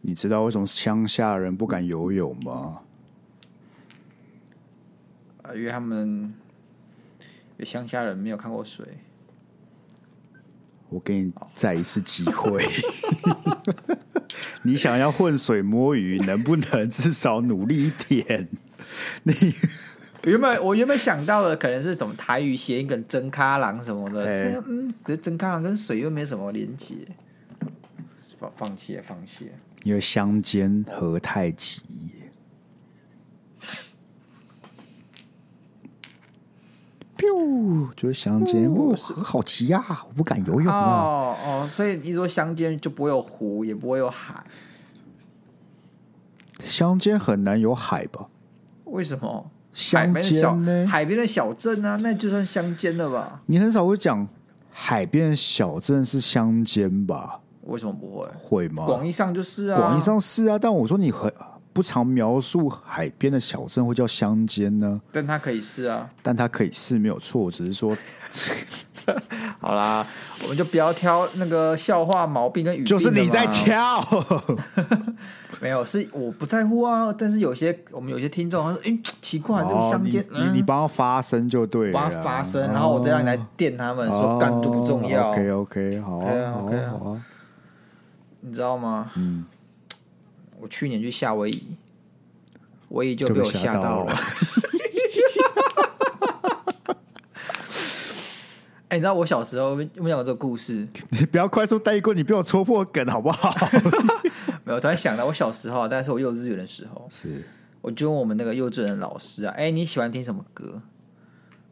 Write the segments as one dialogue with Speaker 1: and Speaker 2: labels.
Speaker 1: 你知道为什么乡下人不敢游泳吗？
Speaker 2: 啊，因为他们因为乡下人没有看过水，
Speaker 1: 我给你再一次机会， 你想要浑水摸鱼，能不能至少努力一点？你
Speaker 2: 原本我原本想到的可能是什么台语谐音梗“真咖郎”什么的，
Speaker 1: 哎
Speaker 2: 这嗯，可是真咖郎跟水又没什么连结，放放弃了，放弃了。
Speaker 1: 因为乡间何太急，咻，就是乡间，哦，河好急呀、我不敢游泳啊。
Speaker 2: 哦哦，所以你说乡间就不会有湖，也不会有海，
Speaker 1: 乡间很难有海吧？
Speaker 2: 为什么？海
Speaker 1: 乡
Speaker 2: 边的小
Speaker 1: 间呢？
Speaker 2: 海边的小镇啊，那就算乡间了吧？
Speaker 1: 你很少会讲海边小镇是乡间吧？
Speaker 2: 为什么不会？
Speaker 1: 会吗？
Speaker 2: 广义上就是啊，
Speaker 1: 广义上是啊，但我说你很不常描述海边的小镇会叫乡间呢，
Speaker 2: 但它可以是啊。
Speaker 1: 但它可以是没有错，只是说
Speaker 2: 好啦，我们就不要挑那个笑话毛病跟语病
Speaker 1: 就是你在
Speaker 2: 了嘛
Speaker 1: 挑，
Speaker 2: 没有，是我不在乎啊。但是有些我们有些听众他说，哎、奇怪，这个
Speaker 1: 哦
Speaker 2: 乡
Speaker 1: 你
Speaker 2: 间，嗯
Speaker 1: 你你帮他发声就对了
Speaker 2: 把
Speaker 1: 啊，
Speaker 2: 它发声，然后我再让你来电他们，说干就不重要，
Speaker 1: OK OK，好哦啊
Speaker 2: OK 啊
Speaker 1: 好
Speaker 2: OK
Speaker 1: 啊
Speaker 2: 啊
Speaker 1: 好啊，
Speaker 2: 你知道吗？
Speaker 1: 嗯，
Speaker 2: 我去年去夏威夷，威夷就
Speaker 1: 就
Speaker 2: 被
Speaker 1: 被
Speaker 2: 我
Speaker 1: 吓
Speaker 2: 吓
Speaker 1: 到
Speaker 2: 到
Speaker 1: 啊了
Speaker 2: 了。哎、你知道我小时候我们我们讲过这个故事，
Speaker 1: 你不要快速带过，你被我戳破梗好不 好？
Speaker 2: 没有？我突然想到，我小时候，但是我幼稚园的时候，
Speaker 1: 是
Speaker 2: 我就问我们那个幼稚园的老师啊，哎、你喜欢听什么歌？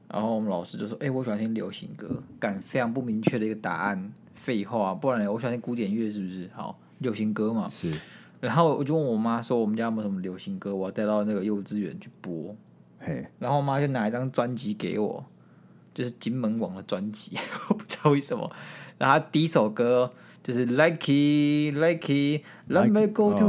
Speaker 2: 然后我们老师就说，哎、我喜欢听流行歌，敢非常不明确的一个答案，废话，啊不然我喜欢听古典乐是不是？好，流行歌嘛。
Speaker 1: 是，
Speaker 2: 然后我就问我妈说，我们家有没有什么流行歌，我要带到那个幼稚园去播。
Speaker 1: 嘿，
Speaker 2: 然后我妈就拿一张专辑给我，就是金门网的专辑， 我不知道为什么。然后她第一首歌就是 Lucky Lucky Let me go to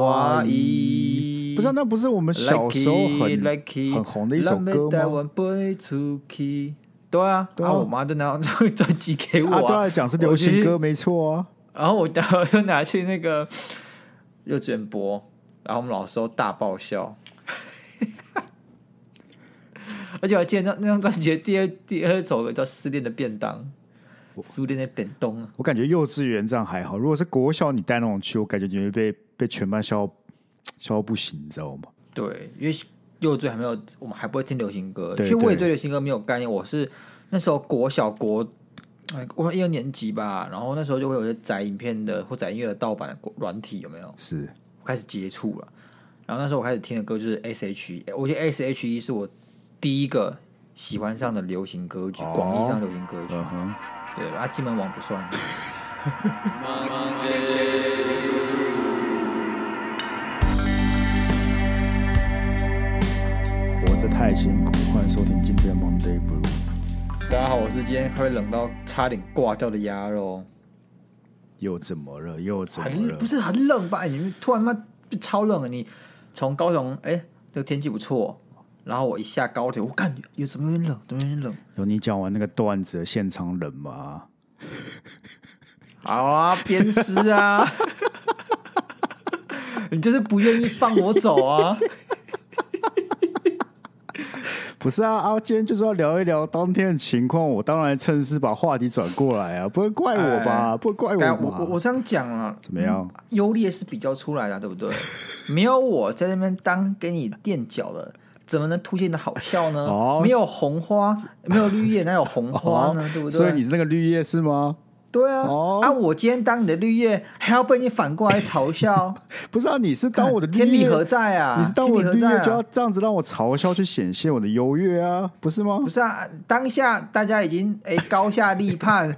Speaker 2: 啊 Hawaii，
Speaker 1: 不是那不是我们小时候很
Speaker 2: Lucky,
Speaker 1: 很红的一首歌
Speaker 2: 台
Speaker 1: 吗？
Speaker 2: 湾飞出去。对啊，
Speaker 1: 对
Speaker 2: 然
Speaker 1: 啊
Speaker 2: 后我妈就拿这个专辑给我、
Speaker 1: 啊，对来讲是流行歌，
Speaker 2: 我就去，
Speaker 1: 没错啊。
Speaker 2: 然后我然后又拿去那个幼稚园播，然后我们老师都大爆笑， 而且我还记得那那张专辑的第二第二首歌叫《失恋的便当》，失恋的便当啊，
Speaker 1: 我感觉幼稚园这样还好，如果是国小你带那种去，我感觉你会被被全班笑到笑到不行，你知道吗？
Speaker 2: 对，因为幼稚园还没有，我们还不会听流行歌。
Speaker 1: 对
Speaker 2: 其实我也
Speaker 1: 对
Speaker 2: 对流行歌没有概念，我是那时候国小国，哎，我一二年级吧，然后那时候就会有一些载影片的或载音乐的盗版软体，有没有？
Speaker 1: 是
Speaker 2: 我开始接触了。然后那时候我开始听的歌就是 S.H.E，我觉得 S.H.E 是我第一个喜欢上的流行歌曲，
Speaker 1: 哦
Speaker 2: 广义上的流行歌曲。
Speaker 1: 嗯哼，
Speaker 2: 对，啊，金门王不算。
Speaker 1: 活着太辛苦。欢迎收听今天的 Monday Blue。
Speaker 2: 大家好，我是今天会冷到差点挂掉的鸭肉。
Speaker 1: 又怎么了？又怎么
Speaker 2: 很
Speaker 1: 了
Speaker 2: 不？是很冷吧？你们突然妈超冷啊！你从高雄，哎、这个天气不错，然后我一下高铁，我感觉有怎么有点冷，怎么有点冷？
Speaker 1: 有你讲完那个段子的现场冷吗？
Speaker 2: 好啊，鞭尸啊！ 你就是不愿意放我走啊！
Speaker 1: 不是啊，啊，今天就是要聊一聊当天的情况。我当然趁势把话题转过来啊，不会怪我吧？
Speaker 2: 哎
Speaker 1: 不会 怪
Speaker 2: 等下
Speaker 1: 我
Speaker 2: 我
Speaker 1: 吧？
Speaker 2: 我我这样讲了，
Speaker 1: 怎么样？
Speaker 2: 优劣是比较出来的啊、对 不对？没有我在那边当给你垫脚的，怎么能凸显你的好笑呢？
Speaker 1: 哦
Speaker 2: 没有红花，没有绿叶，哪有红花 呢？对不对？
Speaker 1: 所以你是那个绿叶是吗？
Speaker 2: 对啊，
Speaker 1: 哦
Speaker 2: 啊，我今天当你的绿叶，还要被你反过来嘲笑，
Speaker 1: 不是啊，你是当 我的绿叶
Speaker 2: 天理何在啊？
Speaker 1: 你是当我
Speaker 2: 天
Speaker 1: 的
Speaker 2: 理
Speaker 1: 绿
Speaker 2: 何在
Speaker 1: 叶
Speaker 2: 啊
Speaker 1: 就要这样子让我嘲笑，去显现我的优越啊，不是吗？
Speaker 2: 不是啊？当下大家已经 哎、高下立判，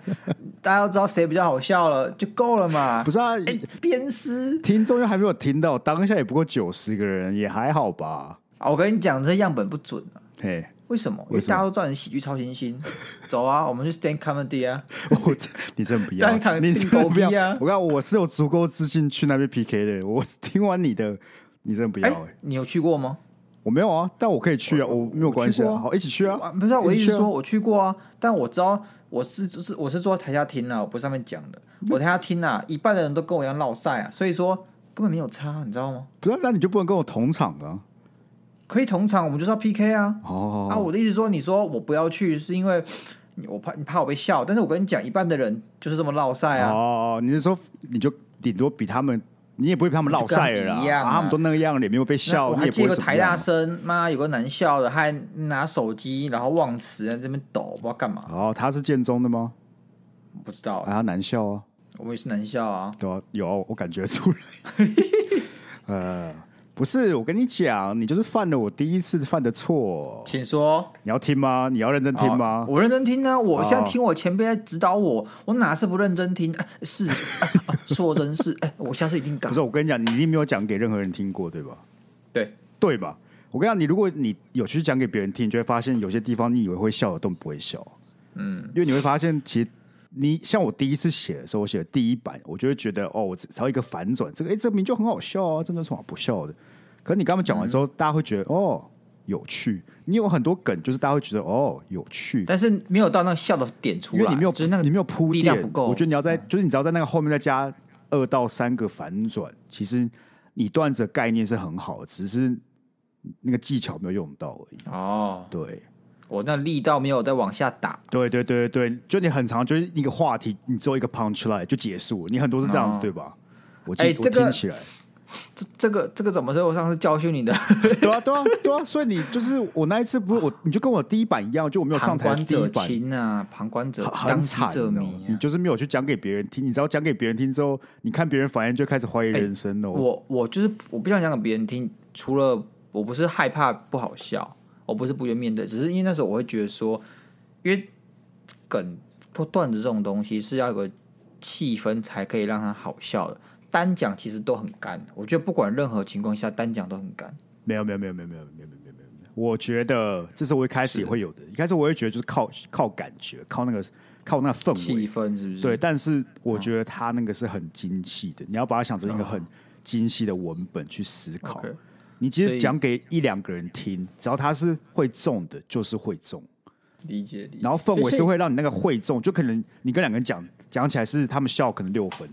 Speaker 2: 大家都知道谁比较好笑了，就够了嘛。
Speaker 1: 不是啊，
Speaker 2: 哎，鞭尸
Speaker 1: 听众又还没有听到，当下也不过九十个人，也还好吧？
Speaker 2: 啊！我跟你讲，这样本不准啊。
Speaker 1: 嘿，
Speaker 2: 为什么？因
Speaker 1: 为
Speaker 2: 为
Speaker 1: 什么
Speaker 2: 大家都知道你喜剧超新星。走啊，我们去 stand comedy 啊！
Speaker 1: 我真你真不要，
Speaker 2: 当场
Speaker 1: 你
Speaker 2: 定
Speaker 1: 真的不要
Speaker 2: 狗屁啊！
Speaker 1: 我告诉你我是有足够自信去那边 PK 的。我听完你的，你真的不要、
Speaker 2: 哎、
Speaker 1: 欸
Speaker 2: 你有去过吗？
Speaker 1: 我没有啊，但我可以去啊，我没有关系
Speaker 2: 我去
Speaker 1: 啊，
Speaker 2: 过啊
Speaker 1: 好，一起去啊
Speaker 2: 啊，。不是啊、我
Speaker 1: 一
Speaker 2: 意
Speaker 1: 起去
Speaker 2: 思
Speaker 1: 啊
Speaker 2: 说，我去过啊，但我知道我是就是
Speaker 1: 嗯
Speaker 2: 我是坐在台下听啊，我不是上面讲的。我台下听啊，一半的人都跟我一样落赛啊，所以说根本没有差，你知道吗？
Speaker 1: 不是，那你就不能跟我同场的、啊、
Speaker 2: 可以同场，我们就是要 PK 啊！
Speaker 1: 哦。
Speaker 2: 啊，我的意思说，你说我不要去，是因为你我怕你怕我被笑，但是我跟你讲，一半的人就是这么落赛啊。
Speaker 1: 哦，你是说你就顶多比他们，你也不会比他们落赛了
Speaker 2: 就跟他
Speaker 1: 啦
Speaker 2: 们一样啊
Speaker 1: 啊，他们都那个样，脸没有被
Speaker 2: 那
Speaker 1: 笑，
Speaker 2: 我
Speaker 1: 你
Speaker 2: 还
Speaker 1: 也不
Speaker 2: 记
Speaker 1: 会
Speaker 2: 得
Speaker 1: 怎么
Speaker 2: 台大
Speaker 1: 样。
Speaker 2: 生，妈有个男校的，还拿手机然后忘词在这边抖，不知道干嘛，
Speaker 1: 哦，他是建中的吗？
Speaker 2: 不知道
Speaker 1: 啊，。他男校啊，
Speaker 2: 我们也是男校啊，
Speaker 1: 对啊，有啊我感觉出来。 呃，不是，我跟你讲，你就是犯了我第一次犯的错。
Speaker 2: 请说。
Speaker 1: 你要听吗？你要认真听
Speaker 2: 哦
Speaker 1: 吗？
Speaker 2: 我认真听啊！我现在
Speaker 1: 哦
Speaker 2: 听我前辈在指导我，我哪是不认真听？哎是，哎 啊说真是，哎，我下次一定改
Speaker 1: 不。是，我跟你讲，你一定没有讲给任何人听过，对吧？
Speaker 2: 对，
Speaker 1: 对吧？我跟你讲，你如果你有去讲给别人听，你就会发现有些地方你以为会笑的，都不会笑。嗯，因为你会发现，其实你像我第一次写的时候，我写的第一版，我就会觉得哦，我只找一个反转，这个哎、这明就很好笑啊，真的是么不笑的。可是你刚刚讲完之后，大家会觉得哦有趣，你有很多梗，就是大家会觉得哦有趣，
Speaker 2: 但是没有到那个笑的点出
Speaker 1: 因
Speaker 2: 来，
Speaker 1: 为你没有，
Speaker 2: 就是那个
Speaker 1: 你没有铺
Speaker 2: 力量
Speaker 1: 垫
Speaker 2: 不够嗯
Speaker 1: 我觉得你要在，就是你只要在那个后面再加二到三个反转，其实你段子的概念是很好的，只是那个技巧没有用到而已。
Speaker 2: 哦，
Speaker 1: 对，
Speaker 2: 我那力道没有再往下打，
Speaker 1: 对，对，对，对，就你很长，就是一个话题，你做一个 punch line 就结束，你很多是这样子，
Speaker 2: 哦
Speaker 1: 对吧？我记，
Speaker 2: 哎
Speaker 1: 我
Speaker 2: 这个
Speaker 1: 听起来，
Speaker 2: 这这个这个怎么说？我上次教训你的
Speaker 1: 对啊，对啊，对啊，所以你就是我那一次不是我，你就跟我第一版一样，就我没有上
Speaker 2: 旁
Speaker 1: 台的
Speaker 2: 观
Speaker 1: 第一
Speaker 2: 者
Speaker 1: 版，
Speaker 2: 清啊，旁观者
Speaker 1: 很
Speaker 2: 当
Speaker 1: 很
Speaker 2: 机
Speaker 1: 惨
Speaker 2: 者
Speaker 1: 哦
Speaker 2: 迷、
Speaker 1: 你
Speaker 2: 啊。
Speaker 1: 就是没有去讲给别人听，你知道讲给别人听之后，你看别人反应就开始怀疑
Speaker 2: 哎
Speaker 1: 人生哦。
Speaker 2: 我我就是我不想讲给别人听，除了我不是害怕不好笑，我不是不愿面对，只是因为那时候我会觉得说，因为梗或段子这种东西是要有个气氛才可以让它好笑的，单讲其实都很干。我觉得不管任何情况下，单讲都很干。
Speaker 1: 没有没有没有没有没有没有没有没有没有没有没有，我觉得这是我一开始也会有的，一开始我会觉得就是靠靠感觉，靠那个靠那个氛
Speaker 2: 气
Speaker 1: 围，
Speaker 2: 氛是不是？
Speaker 1: 对。但是我觉得他那个是很精细的，你要把它想成一个很精细的文本去思考
Speaker 2: OK。
Speaker 1: 你其
Speaker 2: 所
Speaker 1: 实
Speaker 2: 以
Speaker 1: 讲给一两个人听，只要他是会中的，就是会中。
Speaker 2: 理解理解。
Speaker 1: 然后氛围
Speaker 2: 所以
Speaker 1: 是会让你那个会众，就可能你跟两个人讲讲起来是他们笑可能六分，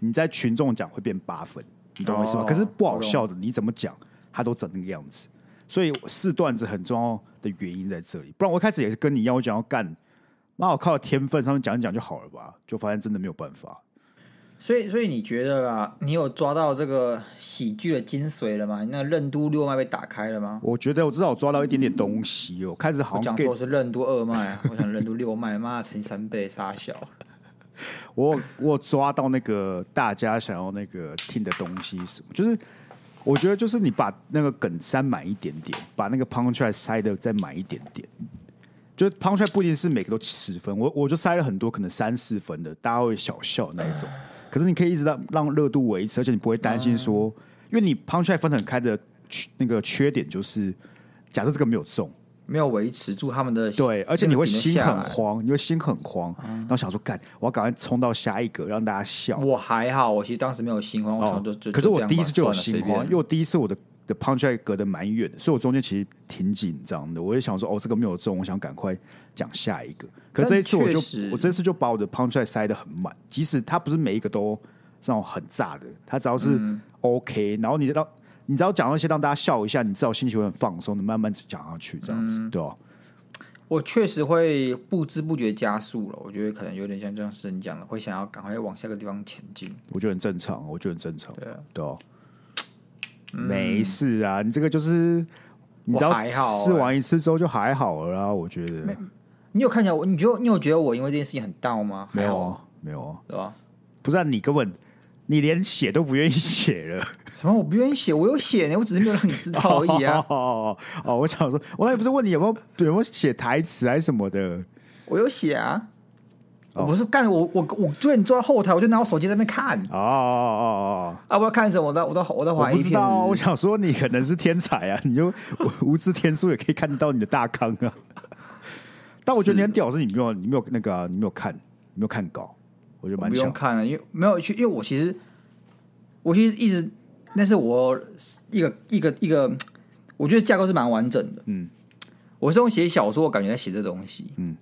Speaker 1: 你在群众讲会变八分，你懂我意思吗？
Speaker 2: 哦
Speaker 1: 可是不好笑的，你怎么讲他都整那个样子，所以试段子很重要的原因在这里。不然我一开始也是跟你一样，我讲要干，妈我靠天分上面讲一讲就好了吧，就发现真的没有办法。
Speaker 2: 所以，所以你觉得啦，你有抓到这个喜剧的精髓了吗？你那个任督六脉被打开了吗？
Speaker 1: 我觉得我至少抓到一点点东西哦，开始
Speaker 2: 我
Speaker 1: 好像
Speaker 2: 讲
Speaker 1: 给
Speaker 2: 说我是任督二脉，啊我想任督六脉，妈乘以三倍杀小。
Speaker 1: 我我抓到那个大家想要那个听的东西是什么，就是我觉得就是你把那个梗塞满一点点，把那个 punchline 塞的再满一点点。就是 punchline 不一定是每个都十分，我我就塞了很多，可能三四分的，大家会小笑那一种。可是你可以一直让让热度维持，而且你不会担心说，因为你 punchline 分得很开的缺那个缺点就是，假设这个没有中，
Speaker 2: 没有维持住他们的
Speaker 1: 对，而且你会心
Speaker 2: 那个
Speaker 1: 很
Speaker 2: 顶得下来嗯
Speaker 1: 慌，你会心很慌，然后想说，干，我要赶快冲到下一个，让大家笑。
Speaker 2: 我还好，我其实当时没有心慌，我想就就
Speaker 1: 哦可是
Speaker 2: 这
Speaker 1: 我
Speaker 2: 样吧
Speaker 1: 第一次就有心
Speaker 2: 算了
Speaker 1: 慌，因为
Speaker 2: 随便
Speaker 1: 我第一次我的的 punchline 隔得蛮远的，所以我中间其实挺紧张的。我也想说，哦，这个没有中，我想赶快讲下一个。可
Speaker 2: 但
Speaker 1: 这一次我就
Speaker 2: 确实
Speaker 1: 我这次就把我的 punchline 塞得很满，即使它不是每一个都是那种很炸的，它只要是
Speaker 2: 嗯
Speaker 1: OK，、然后你让你只要讲那些让大家笑一下，你至少心情会很放松，你慢慢讲下去这样
Speaker 2: 嗯
Speaker 1: 子，对吧、哦
Speaker 2: 我确实会不知不觉加速了。我觉得可能有点像这样是你讲的，会想要赶快往下个地方前进。
Speaker 1: 我觉得很正常，我觉得很正常，
Speaker 2: 对啊嗯
Speaker 1: 对哦、没事啊，你这个就是你只
Speaker 2: 我
Speaker 1: 要
Speaker 2: 还好欸
Speaker 1: 试完一次之后就还好了啦，啊我觉得
Speaker 2: 你有看起来我，你觉得你有觉得我因为这件事情很大吗？
Speaker 1: 没
Speaker 2: 还
Speaker 1: 有
Speaker 2: 好
Speaker 1: 啊，没有啊，
Speaker 2: 对吧？
Speaker 1: 不是、啊、你根本你连写都不愿意写了，
Speaker 2: 什么？我不愿意写，我有写呢，我只是没有让你知 道而已啊。
Speaker 1: 哦，哦我想说，我那也不是问你有没有有没有写台词还是什么的，
Speaker 2: 我有写啊，
Speaker 1: 哦
Speaker 2: 我不是干我我我居然坐在后台，我就拿我手机在那边看
Speaker 1: 哦哦哦哦
Speaker 2: 啊，我要看什么？我在我在我在
Speaker 1: 哦，我
Speaker 2: 滑
Speaker 1: 不
Speaker 2: A
Speaker 1: 知
Speaker 2: 片
Speaker 1: 道啊、
Speaker 2: 是
Speaker 1: 我
Speaker 2: 不是
Speaker 1: 想说你可能是天才啊，你就无无知天书也可以看得到你的大纲 啊。但我觉得你很屌，是你没有你没有那个啊、你没有看你没有看稿，我觉得
Speaker 2: 我
Speaker 1: 蛮
Speaker 2: 不
Speaker 1: 强
Speaker 2: 用。看了，因为没有去，因为我其实我其实一直那是我一个一个一个，我觉得架构是蛮完整的。
Speaker 1: 嗯，
Speaker 2: 我是用写小说，我感觉在写这东西。
Speaker 1: 嗯，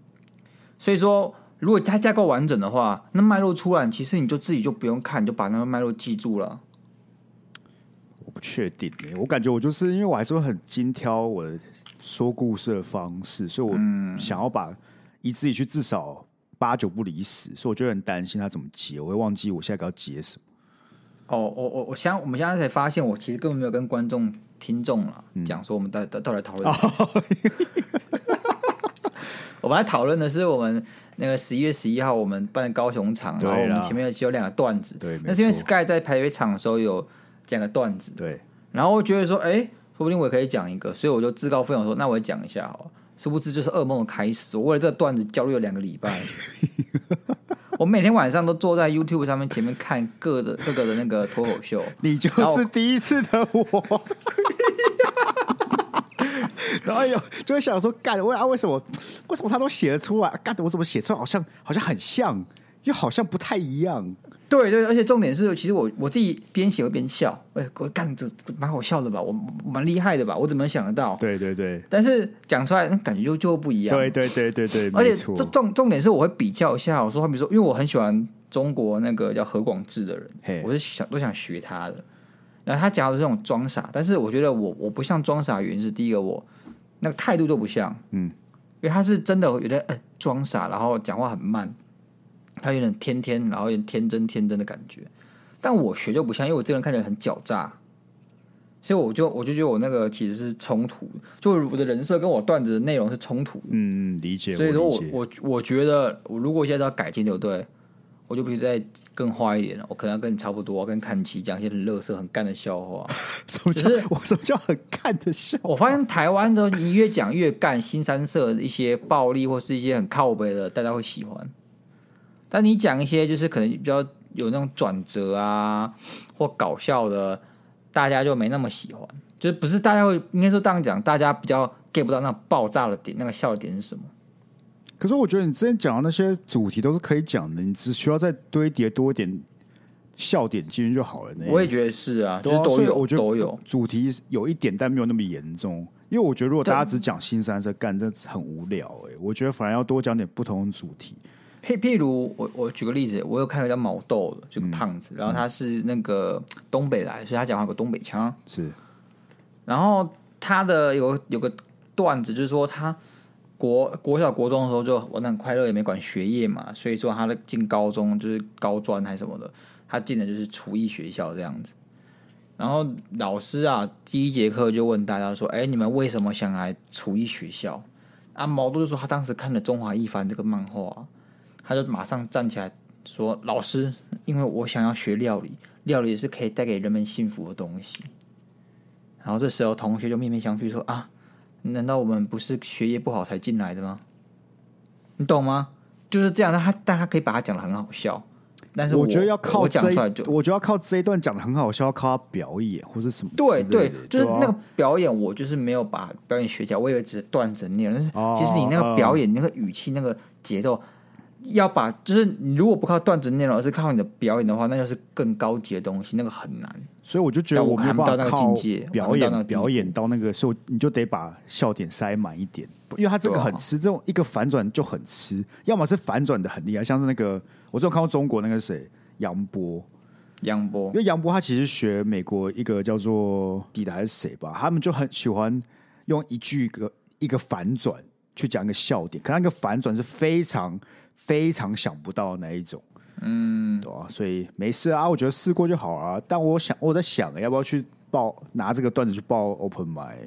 Speaker 2: 所以说。如果它架构完整的话，那脉络出来，其实你就自己就不用看，你就把那个脉络记住了。
Speaker 1: 确定耶、我感觉我就是因为我还是会很精挑我的说故事的方式，所以
Speaker 2: 嗯
Speaker 1: 我想要把以自己去至少八九不离十，所以我就很担心他怎么接，我会忘记我下一个要接什么。
Speaker 2: 哦，我我我现在我们现在才发现，我其实根本没有跟观众、听众啦
Speaker 1: 嗯
Speaker 2: 讲说我们到到到底讨
Speaker 1: 哦
Speaker 2: 论什么。我们在讨论的是我们那个十一月十一号我们办的高雄场，
Speaker 1: 对
Speaker 2: 然
Speaker 1: 啦
Speaker 2: 后我们前面只有两个段子，
Speaker 1: 对没
Speaker 2: 那是因为
Speaker 1: 错
Speaker 2: Sky 在排位场的时候有讲个段子，
Speaker 1: 对，
Speaker 2: 然后我觉得说，哎、说不定我也可以讲一个，所以我就自告奋勇说，那我也讲一下好了。殊不知就是噩梦的开始，我为了这个段子焦虑了两个礼 拜。我每天晚上都坐在 YouTube 上面前面看各的各个的那个脱口秀，
Speaker 1: 你就
Speaker 2: 然后
Speaker 1: 是第一次的我。然后有就会想说，干为啊为什么为什么他都写得出来？干我怎么写出来好像好像很像，又好像不太一样。
Speaker 2: 对对，而且重点是，其实我我自己边写会边笑，哎、我干这这蛮好笑的吧，我我蛮厉害的吧，我怎么能想得到？
Speaker 1: 对对对
Speaker 2: 但是讲出来那感觉就就不一样。
Speaker 1: 对对对对对，
Speaker 2: 而且
Speaker 1: 没错
Speaker 2: 这。重重点是我会比较一下，我说，比如说，因为我很喜欢中国那个叫何广智的
Speaker 1: 嘿
Speaker 2: 人，我是想都想学他的。然后他讲的这种装傻，但是我觉得我我不像装傻，原因是第一个我那个态度就不像，
Speaker 1: 嗯，
Speaker 2: 因为他是真的有点哎装傻，然后讲话很慢，他有点天天，然后有点天真天真的感觉。但我学就不像，因为我这个人看起来很狡诈，所以我就我就觉得我那个其实是冲突，就我的人设跟我段子的内容是冲突的
Speaker 1: 嗯，嗯理解。
Speaker 2: 所以说
Speaker 1: 我
Speaker 2: 我
Speaker 1: 理解
Speaker 2: 我我觉得，我如果现在要改进，对不对？我就必须再更花一点了。我可能要跟你差不多，我要跟看奇讲一些很乐色、很干的 笑话。
Speaker 1: 什么叫
Speaker 2: 只 是
Speaker 1: 我什么叫很看得笑？
Speaker 2: 我发现台湾的你越讲越干，新三色的一些暴力或是一些很靠北的，大家会喜欢。但你讲一些就是可能比较有那种转折啊，或搞笑的，大家就没那么喜欢。就是不是大家会应该说这样讲，大家比较 get 不到那种爆炸的点，那个笑的点是什么？
Speaker 1: 可是我觉得你之前讲的那些主题都是可以讲的，你只需要再堆叠多一点笑点进去就好了。那
Speaker 2: 我也觉得是啊，就
Speaker 1: 对
Speaker 2: 是
Speaker 1: 啊
Speaker 2: 都
Speaker 1: 所以
Speaker 2: 有，
Speaker 1: 我觉得
Speaker 2: 都有。
Speaker 1: 主题有一点，但没有那么严重。因为我觉得如果大家只讲新三色干，真的很无聊哎、我觉得反而要多讲点不同的主题。
Speaker 2: 譬譬如我我举个例子，我有看个叫毛豆的，就个胖子，然后他是那个东北来，所以他讲话有个东北腔。
Speaker 1: 是
Speaker 2: 然后他的有有个段子就是说他国国小国中的时候就玩的很快乐，也没管学业嘛，所以说他的进高中就是高专还是什么的，他进的就是厨艺学校这样子。然后老师啊，第一节课就问大家说：“哎，你们为什么想来厨艺学校？”啊，毛豆就说他当时看了《中华一番》这个漫画，他就马上站起来说：“老师，因为我想要学料理，料理是可以带给人们幸福的东西。”然后这时候同学就面面相觑说：“啊，难道我们不是学业不好才进来的吗？你懂吗？就是这样。他但他可以把它讲的很好笑，但是我
Speaker 1: 我觉得要靠
Speaker 2: 我讲
Speaker 1: 这一
Speaker 2: 出来就，
Speaker 1: 我觉得要靠这一段讲的很好笑，要靠他表演或是什么之
Speaker 2: 对
Speaker 1: 类的。
Speaker 2: 对，就是
Speaker 1: 啊
Speaker 2: 那个表演，我就是没有把表演学起来，我以为只是段子内容，但是
Speaker 1: 哦
Speaker 2: 其实你那个表演、那个语气、那个节奏，要把就是你如果不靠段子内容，而是靠你的表演的话，那就是更高级的东西，那个很难。
Speaker 1: 所以我就觉得
Speaker 2: 但我
Speaker 1: 我没有
Speaker 2: 还没
Speaker 1: 办
Speaker 2: 到
Speaker 1: 法
Speaker 2: 那个
Speaker 1: 靠
Speaker 2: 境界
Speaker 1: 表
Speaker 2: 我还没到那个
Speaker 1: 演
Speaker 2: 地步
Speaker 1: 表演到那个，所以你就得把笑点塞满一点，因为他这个
Speaker 2: 对啊
Speaker 1: 很吃，这种一个反转就很吃，要么是反转的很厉害，像是那个我之前有看过中国那个谁杨波，
Speaker 2: 杨波
Speaker 1: 因，为杨波他其实学美国一个叫做迪达还是谁吧，他们就很喜欢用一句一个一个反转去讲一个笑点，可那个反转是非常非常想不到的那一种，嗯，对啊，所以没事啊，我觉得试过就好啊。但我想我在想要不要去报拿这个段子去报 open m i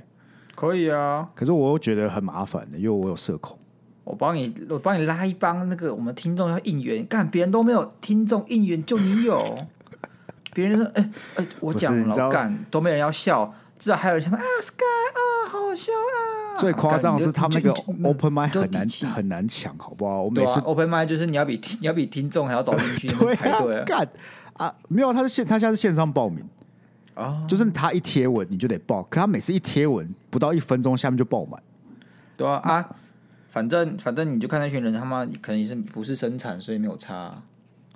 Speaker 2: 可以啊，
Speaker 1: 可是我又觉得很麻烦的，因为我有社恐。
Speaker 2: 我帮你，我帮你拉一帮那个我们听众要应援，干别人都没有听众应援，就你有。 别人说，哎、哎、我
Speaker 1: 不是
Speaker 2: 讲
Speaker 1: 你知道
Speaker 2: 了，干都没人要笑，至少还有人想啊，Sky 啊，好好笑啊。
Speaker 1: 最夸张的是他
Speaker 2: 干
Speaker 1: 们那个
Speaker 2: 你就你就你就
Speaker 1: open m i
Speaker 2: 你就
Speaker 1: 很难
Speaker 2: 底气
Speaker 1: 很难抢，好不好？我
Speaker 2: 对
Speaker 1: 每
Speaker 2: 啊
Speaker 1: 次
Speaker 2: ，open mic 就是你要比听你要比听众还要早进去 那
Speaker 1: 对
Speaker 2: 边
Speaker 1: 啊
Speaker 2: 排队啊。
Speaker 1: 干啊没有，他是线，他现在是线上报名
Speaker 2: 哦
Speaker 1: 就是他一贴文你就得报，可他每次一贴文不到一分钟，下面就爆满。
Speaker 2: 对啊啊，反正反正你就看那群人，他妈可能也是不是生产，所以没有差啊、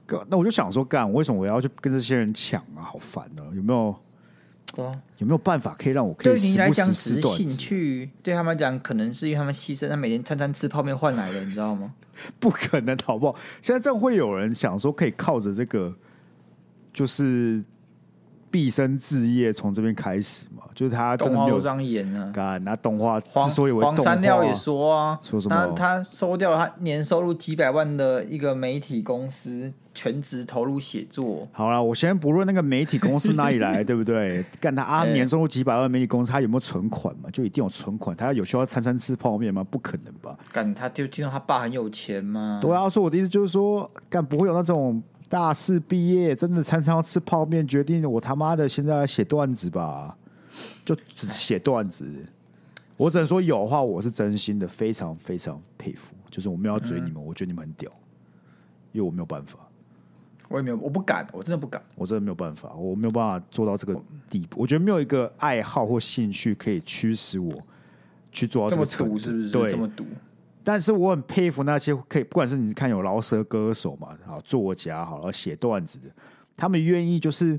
Speaker 1: 干那我就想说，干，为什么我要去跟这些人抢啊？好烦哦、有没有
Speaker 2: 对啊，
Speaker 1: 有没有办法可以让我可
Speaker 2: 对
Speaker 1: 以
Speaker 2: 你
Speaker 1: 时
Speaker 2: 来
Speaker 1: 不
Speaker 2: 讲
Speaker 1: 时
Speaker 2: 只
Speaker 1: 撕
Speaker 2: 是
Speaker 1: 段
Speaker 2: 兴
Speaker 1: 子？
Speaker 2: 趣，对他们来讲可能是因为他们牺牲，他每天餐餐吃泡面换来的，你知道吗？
Speaker 1: 不可能，好不好？现在真的会有人想说可以靠着这个，就是毕生置业从这边开始嘛，就是他 真
Speaker 2: 动
Speaker 1: 的
Speaker 2: 画
Speaker 1: 没
Speaker 2: 都
Speaker 1: 有
Speaker 2: 这样演啊。
Speaker 1: 干那动画
Speaker 2: 黄
Speaker 1: 之所以为动
Speaker 2: 黄
Speaker 1: 画
Speaker 2: 山，料也说啊，
Speaker 1: 说什么
Speaker 2: 那他收掉他年收入几百万的一个媒体公司，全职投入写作，
Speaker 1: 好啦，我先不论那个媒体公司哪里来，对不对？干他啊，
Speaker 2: 哎
Speaker 1: 年收入几百万媒体公司，他有没有存款嘛？就一定有存款，他有需要餐餐吃泡面吗？不可能吧？
Speaker 2: 感他就听到他爸很有钱嘛，
Speaker 1: 对啊，所以我的意思就是说，干不会有那种大四毕业，真的餐餐要吃泡面，决定我他妈的现在要写段子吧，就只写段子。我只能说有的话，我是真心的，非常非常佩服。就是我没有要追你们，我觉得你们很屌，因为我没有办法，
Speaker 2: 我也没有，我不敢，我真的不敢。
Speaker 1: 我真的没有办法，我没有办法做到这个地步。我觉得没有一个爱好或兴趣可以驱使我去做到
Speaker 2: 这
Speaker 1: 哦这
Speaker 2: 么
Speaker 1: 个程度，
Speaker 2: 赌是不是？
Speaker 1: 对，
Speaker 2: 这么赌，
Speaker 1: 但是我很佩服那些可以，不管是你看有饶舌歌手嘛，好作家好，然后写段子的，他们愿意就是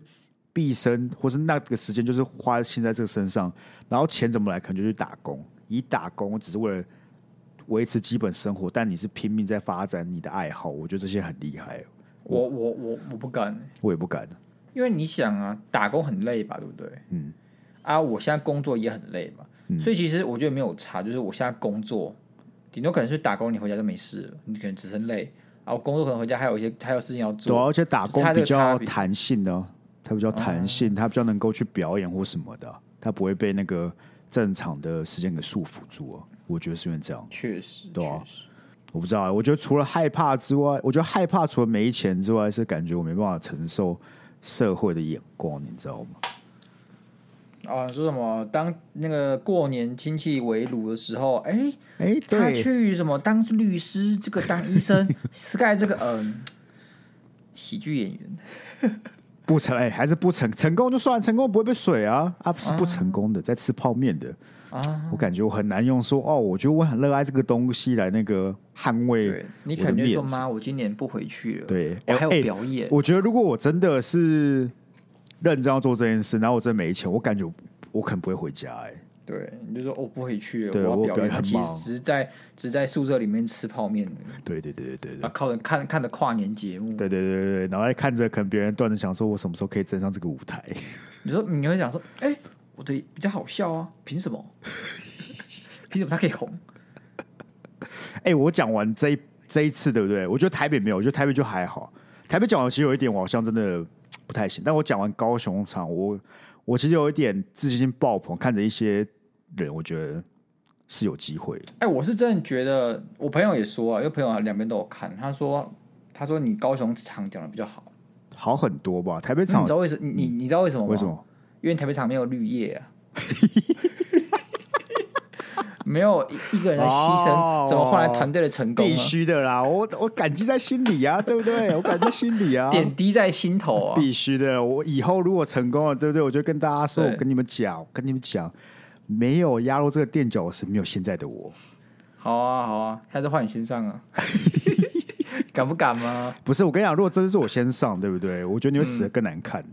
Speaker 1: 毕生或是那个时间就是花心在这个身上，然后钱怎么来，可能就去打工，以打工只是为了维持基本生活，但你是拼命在发展你的爱好，我觉得这些很厉害，
Speaker 2: 我我我我不敢，
Speaker 1: 我也不敢。
Speaker 2: 因为你想啊，打工很累吧，对不对？
Speaker 1: 嗯。
Speaker 2: 啊，我现在工作也很累嘛，所以其实我觉得没有差，就是我现在工作，顶多可能是打工，你回家就没事了，你可能只是累。啊，我工作可能回家还有一些还有事情要
Speaker 1: 对
Speaker 2: 做，
Speaker 1: 啊、而且打工
Speaker 2: 差这
Speaker 1: 比
Speaker 2: 个差
Speaker 1: 较
Speaker 2: 别哦
Speaker 1: 弹性呢、它比较弹性，它比较能够去表演或什么的，它不会被那个正常的时间给束缚住啊。我觉得是因为这样。
Speaker 2: 确实，
Speaker 1: 对啊
Speaker 2: 确实
Speaker 1: 我不知道欸，我觉得除了害怕之外，我觉得害怕除了没钱之外，是感觉我没办法承受社会的眼光，你知道吗？
Speaker 2: 啊，说什么？当那个过年亲戚围炉的时候，哎、
Speaker 1: 哎、
Speaker 2: 他
Speaker 1: 对，
Speaker 2: 去什么当律师，这个当 医生，Sky 这个嗯、喜剧演员，
Speaker 1: 不成哎、还是不成，成功就算，成功不会被水啊，啊是不成功的，在吃泡面的啊，我感觉我很难用说哦，我觉得我很热爱这个东西来那个捍卫
Speaker 2: 对你
Speaker 1: 我
Speaker 2: 可
Speaker 1: 的
Speaker 2: 能就说
Speaker 1: 面子。
Speaker 2: 妈，我今年不回去了，
Speaker 1: 对
Speaker 2: 我
Speaker 1: 哎
Speaker 2: 还有
Speaker 1: 哎
Speaker 2: 表演，
Speaker 1: 我觉得如果我真的是认真要做这件事，然后我真的没钱，我感觉我我可能不会回家、哎，
Speaker 2: 对，你就说哦，不回去
Speaker 1: 对
Speaker 2: 了，
Speaker 1: 我
Speaker 2: 我
Speaker 1: 表
Speaker 2: 要表
Speaker 1: 演
Speaker 2: 演，
Speaker 1: 很
Speaker 2: 其实
Speaker 1: 忙
Speaker 2: 只是在只是在宿舍里面吃泡面而已，
Speaker 1: 对对对对对对
Speaker 2: 啊，。靠着看看着跨年节目，
Speaker 1: 对对对对对，然后还看着可能别人段子，想说我什么时候可以登上这个舞台？
Speaker 2: 你说你会想说，哎、我的比较好笑啊，凭什么？ 凭什么他可以红？
Speaker 1: 哎、我讲完这一这一次，对不对？我觉得台北没有，我觉得台北就还好。台北讲完，其实有一点我好像真的不太行。但我讲完高雄场，我我其实有一点自信心爆棚，看着一些人，我觉得是有机会的。
Speaker 2: 哎、我是真的觉得，我朋友也说啊，因为朋友两边都有看，他说他说你高雄场讲的比较好，
Speaker 1: 好很多吧？台北
Speaker 2: 你
Speaker 1: 场
Speaker 2: 知道为什你你你知道为什么吗？
Speaker 1: 嗯为什？么？
Speaker 2: 因为台北场没有绿叶啊。 没有一一个人的牺牲，
Speaker 1: 哦
Speaker 2: 怎么换来团队的成功
Speaker 1: 必
Speaker 2: 呢？
Speaker 1: 须的啦，我我感激在心里啊，对不对？我感激在心里啊，
Speaker 2: 点滴在心头啊！
Speaker 1: 必须的。我以后如果成功了，对不对？我就跟大家说，
Speaker 2: 对
Speaker 1: 我跟你们讲，我跟你们讲，没有压入这个垫脚石，没有现在的我。
Speaker 2: 好啊，好啊，下次换你身上 啊，敢不敢吗？
Speaker 1: 不是，我跟你讲，如果真是我先上，对不对？我觉得你会死的更难看、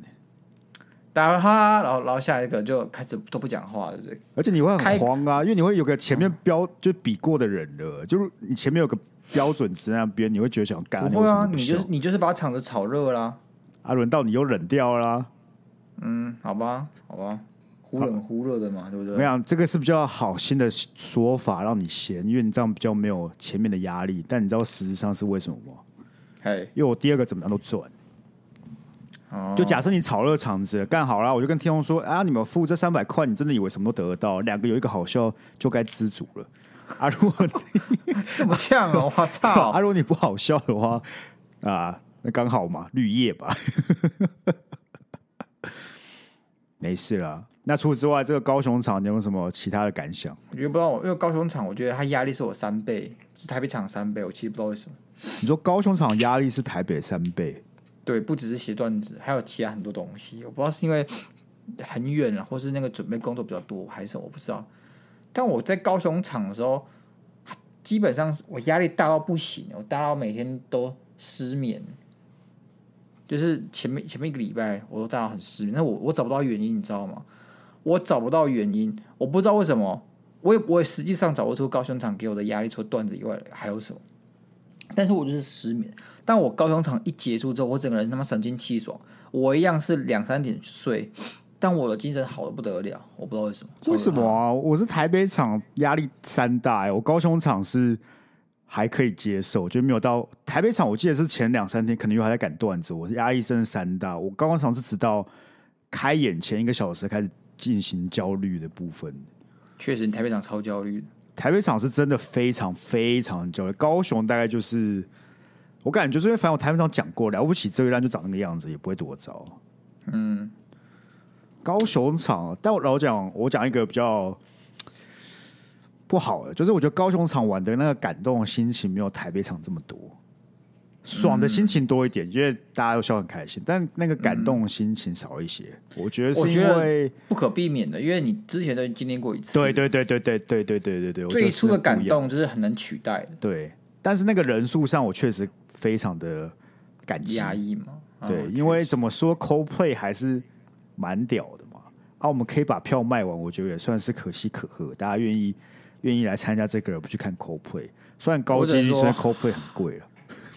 Speaker 2: 打哈哈，然后然后下一个就开始都不讲话，对不对？
Speaker 1: 而且你会
Speaker 2: 开
Speaker 1: 很慌啊，因为你会有个前面标、就比过的人了，就是你前面有个标准值那边，你会觉得想干，
Speaker 2: 不会啊，
Speaker 1: 为
Speaker 2: 你
Speaker 1: 什
Speaker 2: 就
Speaker 1: 么
Speaker 2: 是
Speaker 1: 不笑
Speaker 2: 你就是把场子炒热啦。
Speaker 1: 啊，轮到你又冷掉啦、
Speaker 2: 嗯，好吧，好吧，忽冷忽热的嘛，对不
Speaker 1: 我跟你
Speaker 2: 对？
Speaker 1: 讲，这个是比较好心的说法，让你闲，因为你这样比较没有前面的压力。但你知道实质上是为什么吗？
Speaker 2: 嘿，
Speaker 1: 因为我第二个怎么样都赚。
Speaker 2: 哦
Speaker 1: 就假设你炒热场子干好了，我就跟听众说啊，你们付这三百块，你真的以为什么都得得到？两个有一个好笑就该知足了啊！如果
Speaker 2: 这么呛 哦，我
Speaker 1: 啊，
Speaker 2: 操！
Speaker 1: 如果你不好笑的话啊，那刚好嘛，绿叶吧， 没事啦。那除此之外，这个高雄场你有没有什么其他的感想？
Speaker 2: 我觉得不知道，因为高雄场，我觉得它压力是我三倍，是台北场三倍，我其实不知道为什么。
Speaker 1: 你说高雄场压力是台北三倍。
Speaker 2: 对，不只是写段子，还有其他很多东西。我不知道是因为很远了，或是那个准备工作比较多，还是什么，我不知道。但我在高雄场的时候，基本上是我压力大到不行，我大到每天都失眠。就是前面前面一个礼拜，我都大到很失眠，那我我找不到原因，你知道吗？我找不到原因，我不知道为什么，我也我也实际上找不出高雄场给我的压力，除了段子以外还有什么。但是我就是失眠，但我高雄场一结束之后，我整个人他妈神清气爽，我一样是两三点睡，但我的精神好的不得了，我不知道为什么。
Speaker 1: 为什么啊？我是台北场压力山大、欸，我高雄场是还可以接受，就没有到台北场。我记得是前两三天可能又还在赶段子，我压力真的山大。我高雄场是直到开演前一个小时开始进行焦虑的部分。
Speaker 2: 确实，你台北场超焦虑的。
Speaker 1: 台北场是真的非常非常焦虑，高雄大概就是我感觉就是因为反正我台北场讲过，了不起这一烂就长那个样子，也不会多糟。
Speaker 2: 嗯，
Speaker 1: 高雄场，但我老讲，我讲一个比较不好的，就是我觉得高雄场玩的那个感动的心情没有台北场这么多，爽的心情多一点，因为大家都笑得很开心，但那个感动的心情少一些。我觉得
Speaker 2: 我
Speaker 1: 是
Speaker 2: 觉
Speaker 1: 因
Speaker 2: 得
Speaker 1: 为，
Speaker 2: 不可避免的，因为你之前都已经经历过一次，
Speaker 1: 对，对对对对对对对对对，我觉
Speaker 2: 最
Speaker 1: 得
Speaker 2: 初
Speaker 1: 是
Speaker 2: 的感
Speaker 1: 不一样
Speaker 2: 动就是很难取代的
Speaker 1: 对，但是那个人数上，我确实非常的感激。
Speaker 2: 压抑嘛。
Speaker 1: 对，
Speaker 2: 嗯
Speaker 1: 因为
Speaker 2: 确实
Speaker 1: 怎么说，CoPlay 还是蛮屌的嘛。啊，我们可以把票卖完，我觉得也算是可喜可贺。大家愿意愿意来参加这个，而不去看 CoPlay。虽然高
Speaker 2: 我只
Speaker 1: 几
Speaker 2: 能
Speaker 1: 率，虽然
Speaker 2: 说
Speaker 1: CoPlay 很贵了，